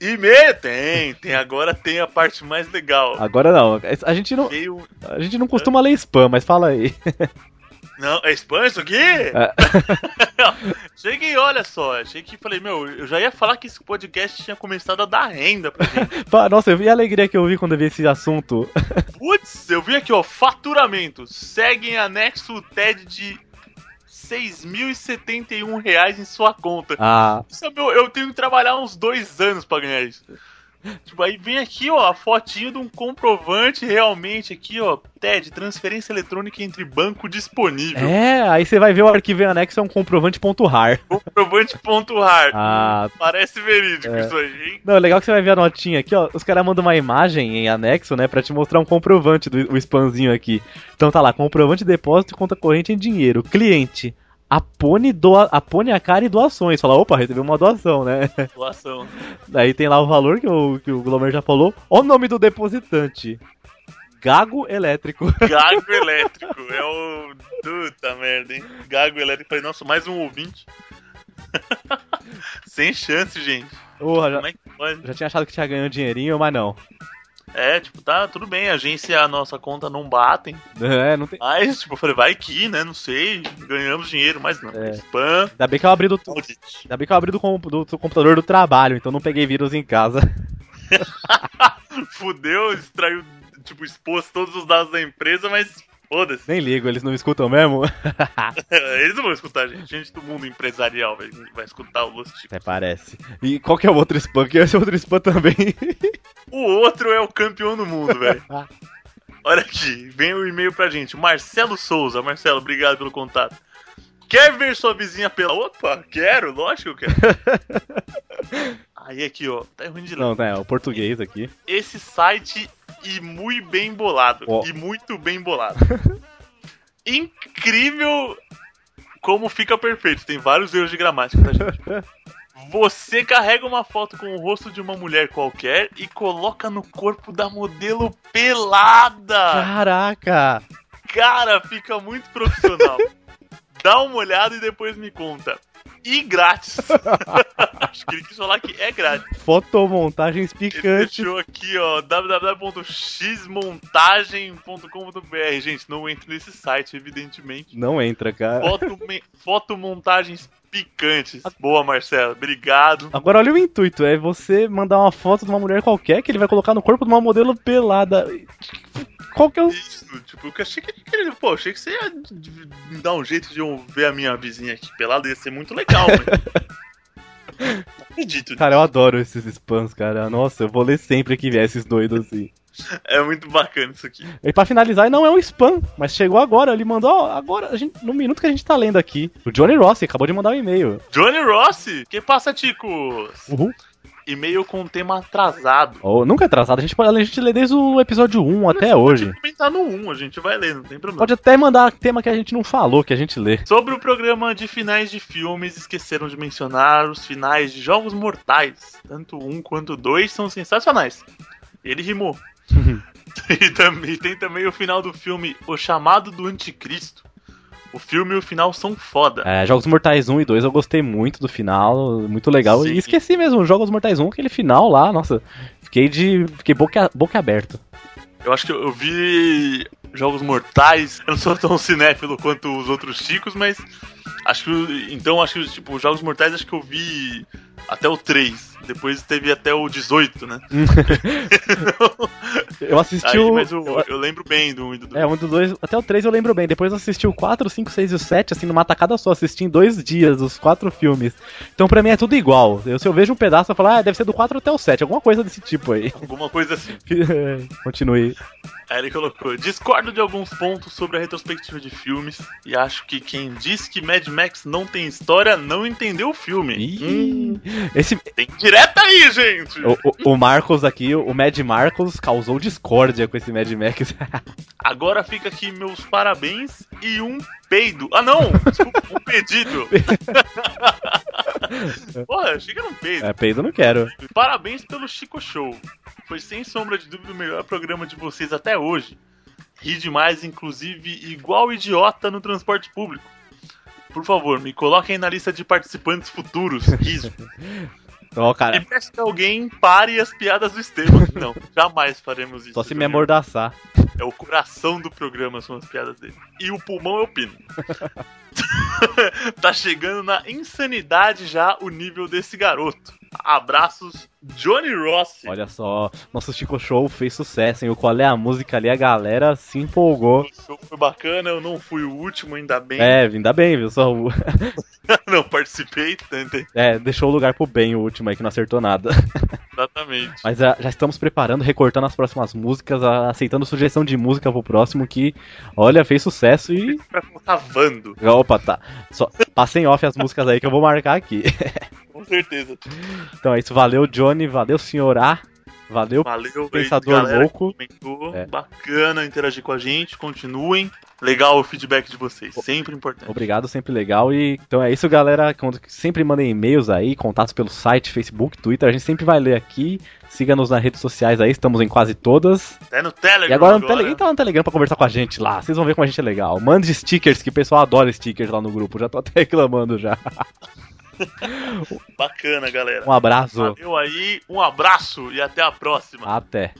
S11: E meia tem, tem. Agora tem a parte mais legal.
S6: Agora não. A gente Ah, não,
S11: Veio-
S6: a gente não costuma ler spam, mas fala aí.
S11: Não, é spam isso aqui?
S6: É.
S11: Cheguei, olha só, cheguei e falei, meu, eu já ia falar que esse podcast tinha começado a dar renda pra gente.
S6: Pá, Nossa, eu vi a alegria que eu vi quando eu vi esse assunto.
S11: Putz, eu vi aqui, ó, faturamento. Segue em anexo o TED de R$ 6.071 reais em sua conta.
S6: Ah,
S11: Isso é meu, eu tenho que trabalhar uns dois anos pra ganhar isso. Tipo, aí vem aqui, ó, a fotinho de um comprovante realmente aqui, ó. TED, transferência eletrônica entre banco disponível.
S6: É, aí você vai ver o arquivo em anexo é um comprovante.rar.
S11: Comprovante.rar.
S6: Ah.
S11: Parece verídico
S6: É.
S11: isso aí, hein?
S6: Não, é legal que você vai ver a notinha aqui, ó. Os caras mandam uma imagem em anexo, né, pra te mostrar um comprovante do o spamzinho aqui. Então tá lá, comprovante de depósito e conta corrente em dinheiro. Cliente, apone, doa, apone a cara e doações. Fala, opa, recebeu uma doação, né?
S11: Doação.
S6: Daí tem lá o valor que o, que o Glomer já falou. Ó o nome do depositante. Gago Elétrico.
S11: Gago elétrico. É o. Puta merda, hein? Gago elétrico. Falei, nossa, mais um ouvinte. Sem chance, gente.
S6: Porra, já,
S11: Como é que pode?
S6: já tinha achado que tinha ganhado dinheirinho, mas não.
S11: É, tipo, tá, tudo bem, a agência e a nossa conta não batem.
S6: É, não tem...
S11: Mas, tipo, eu falei, vai que, né? Não sei, ganhamos dinheiro, mas não.
S6: É.
S11: Spam.
S6: Ainda bem que eu abri do, ainda bem que eu abri do, com- do computador do trabalho, então não peguei vírus em casa.
S11: Fudeu, extraiu, tipo, expôs todos os dados da empresa, mas foda-se.
S6: Nem ligo, eles não me escutam mesmo?
S11: Eles não vão escutar a gente. Gente do mundo empresarial vai, vai escutar o Lust.
S6: Até parece. E qual que é o outro spam? Que esse outro spam também.
S11: O outro é o campeão do mundo, velho.
S6: Ah.
S11: Olha aqui, vem o e-mail pra gente. Marcelo Souza. Marcelo, obrigado pelo contato. Quer ver sua vizinha pela. Opa, quero, lógico que eu quero. Aí aqui, ó. Tá ruim de ler.
S6: não, tá, é o português aqui.
S11: Esse site e muito bem bolado.
S6: Ó.
S11: E muito bem bolado. Incrível como fica perfeito. Tem vários erros de gramática, tá, gente? Você carrega uma foto com o rosto de uma mulher qualquer e coloca no corpo da modelo pelada.
S6: Caraca!
S11: Cara, fica muito profissional. Dá uma olhada e depois me conta. E grátis. Acho que ele quis falar que é grátis.
S6: Fotomontagens
S11: Ele
S6: picantes.
S11: deixou aqui, ó, www.xmontagem.com.br. Gente, não entre nesse site, evidentemente.
S6: Não entra, cara.
S11: Foto, me- fotomontagens picantes. Boa, Marcelo. Obrigado.
S6: Agora olha o intuito, é você mandar uma foto de uma mulher qualquer que ele vai colocar no corpo de uma modelo pelada. Qual que é o.
S11: Isso, tipo, eu achei que ele. Pô, achei que você ia me dar um jeito de eu ver a minha vizinha aqui pelada, ia ser muito legal, mas. Não acredito. né?
S6: Cara, eu adoro esses spams, cara. Nossa, eu vou ler sempre que vier esses doidos assim.
S11: É muito bacana isso aqui.
S6: E pra finalizar, não é um spam, mas chegou agora. Ele mandou, ó, agora, a gente- no minuto que a gente tá lendo aqui. O Johnny Rossi acabou de mandar um e-mail.
S11: Johnny Rossi! Que passa, Ticos?
S6: Uhul.
S11: E-mail com tema atrasado.
S6: Ó, nunca é atrasado, a gente, pode- a gente lê desde o episódio 1 até hoje.
S11: Comentar no 1, a gente vai ler, não tem problema.
S6: Pode até mandar tema que a gente não falou, que a gente lê.
S11: Sobre o programa de finais de filmes, esqueceram de mencionar os finais de Jogos Mortais. Tanto um quanto dois são sensacionais. Ele rimou. e também, tem também o final do filme O Chamado do Anticristo. O filme e o final são foda.
S6: É, Jogos Mortais 1 e 2 eu gostei muito do final, muito legal.
S11: Sim.
S6: E esqueci mesmo, Jogos Mortais 1, aquele final lá, nossa, fiquei de. fiquei boca, boca aberta.
S11: Eu acho que eu, eu vi Jogos Mortais. Eu não sou tão cinéfilo quanto os outros chicos, mas acho que o- então acho que tipo Jogos Mortais acho que eu vi até o 3. Depois teve até o 18, né? Então,
S6: Eu assisti
S11: Aí,
S6: o.
S11: mas eu, eu lembro bem do 1 e do 2.
S6: É, um dos dois, até o 3 eu lembro bem. Depois eu assisti o 4, 5, 6 e o 7, assim, numa tacada só. Assisti em dois dias os quatro filmes. Então pra mim é tudo igual. Eu, se eu vejo um pedaço, eu falo, ah, deve ser do 4 até o 7, alguma coisa desse tipo aí.
S11: Alguma coisa assim.
S6: Continue.
S11: Aí ele colocou: discordo de alguns pontos sobre a retrospectiva de filmes e acho que quem diz que Mad Max não tem história não entendeu o filme. Hum,
S6: Ih, Esse,
S11: Tem direta aí, gente!
S6: o, o- o Marcos aqui, o Mad Marcos, causou discórdia com esse Mad Max.
S11: Agora fica aqui meus parabéns e um peido. Ah, não! Desculpa, um pedido. Porra, chega num um peido.
S6: é, peido eu não quero.
S11: Parabéns pelo Chico Show. Foi sem sombra de dúvida o melhor programa de vocês até hoje. Ri demais, inclusive igual idiota no transporte público. Por favor, me coloquem na lista de participantes futuros. Riso.
S6: Ó,
S11: E
S6: cara,
S11: peço que alguém pare as piadas do Estevam. Não, jamais faremos isso.
S6: só se me
S11: Júnior.
S6: amordaçar.
S11: É o coração do programa, são as piadas dele. E o pulmão é o pino. tá chegando na insanidade já o nível desse garoto. Abraços, Johnny Rossi.
S6: Olha só, nosso Chico Show fez sucesso, hein? O qual é a música ali, a galera se empolgou.
S11: O show foi bacana, eu não fui o último, ainda bem.
S6: É, ainda bem, viu? Só o-
S11: não participei, tá tentei.
S6: é, deixou o lugar pro bem o último aí que não acertou nada.
S11: Exatamente.
S6: Mas ah, já estamos preparando, recortando as próximas músicas, ah, aceitando sugestão de música pro próximo que, olha, fez sucesso e.
S11: Vai colocar Vando,
S6: Opa, tá. Só, passa em off as músicas aí que eu vou marcar aqui.
S11: com certeza.
S6: Então é isso, valeu Johnny, valeu senhor A, valeu,
S11: Valeu, aí,
S6: pensador
S11: galera que
S6: louco.
S11: comentou.
S6: É.
S11: Bacana interagir com a gente, continuem. Legal o feedback de vocês, sempre importante.
S6: Obrigado, sempre legal. E então é isso, galera. Quando- Sempre mandem e-mails aí, contatos pelo site, Facebook, Twitter. A gente sempre vai ler aqui. Siga-nos nas redes sociais aí, estamos em quase todas.
S11: Até no Telegram
S6: E agora, no Telegram, tá no Telegram pra conversar com a gente lá. Vocês vão ver como a gente é legal. Mande stickers, que o pessoal adora stickers lá no grupo. Já tô até reclamando já.
S11: Bacana, galera.
S6: Um abraço.
S11: Valeu aí, um abraço e até a próxima.
S6: Até.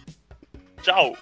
S11: Tchau.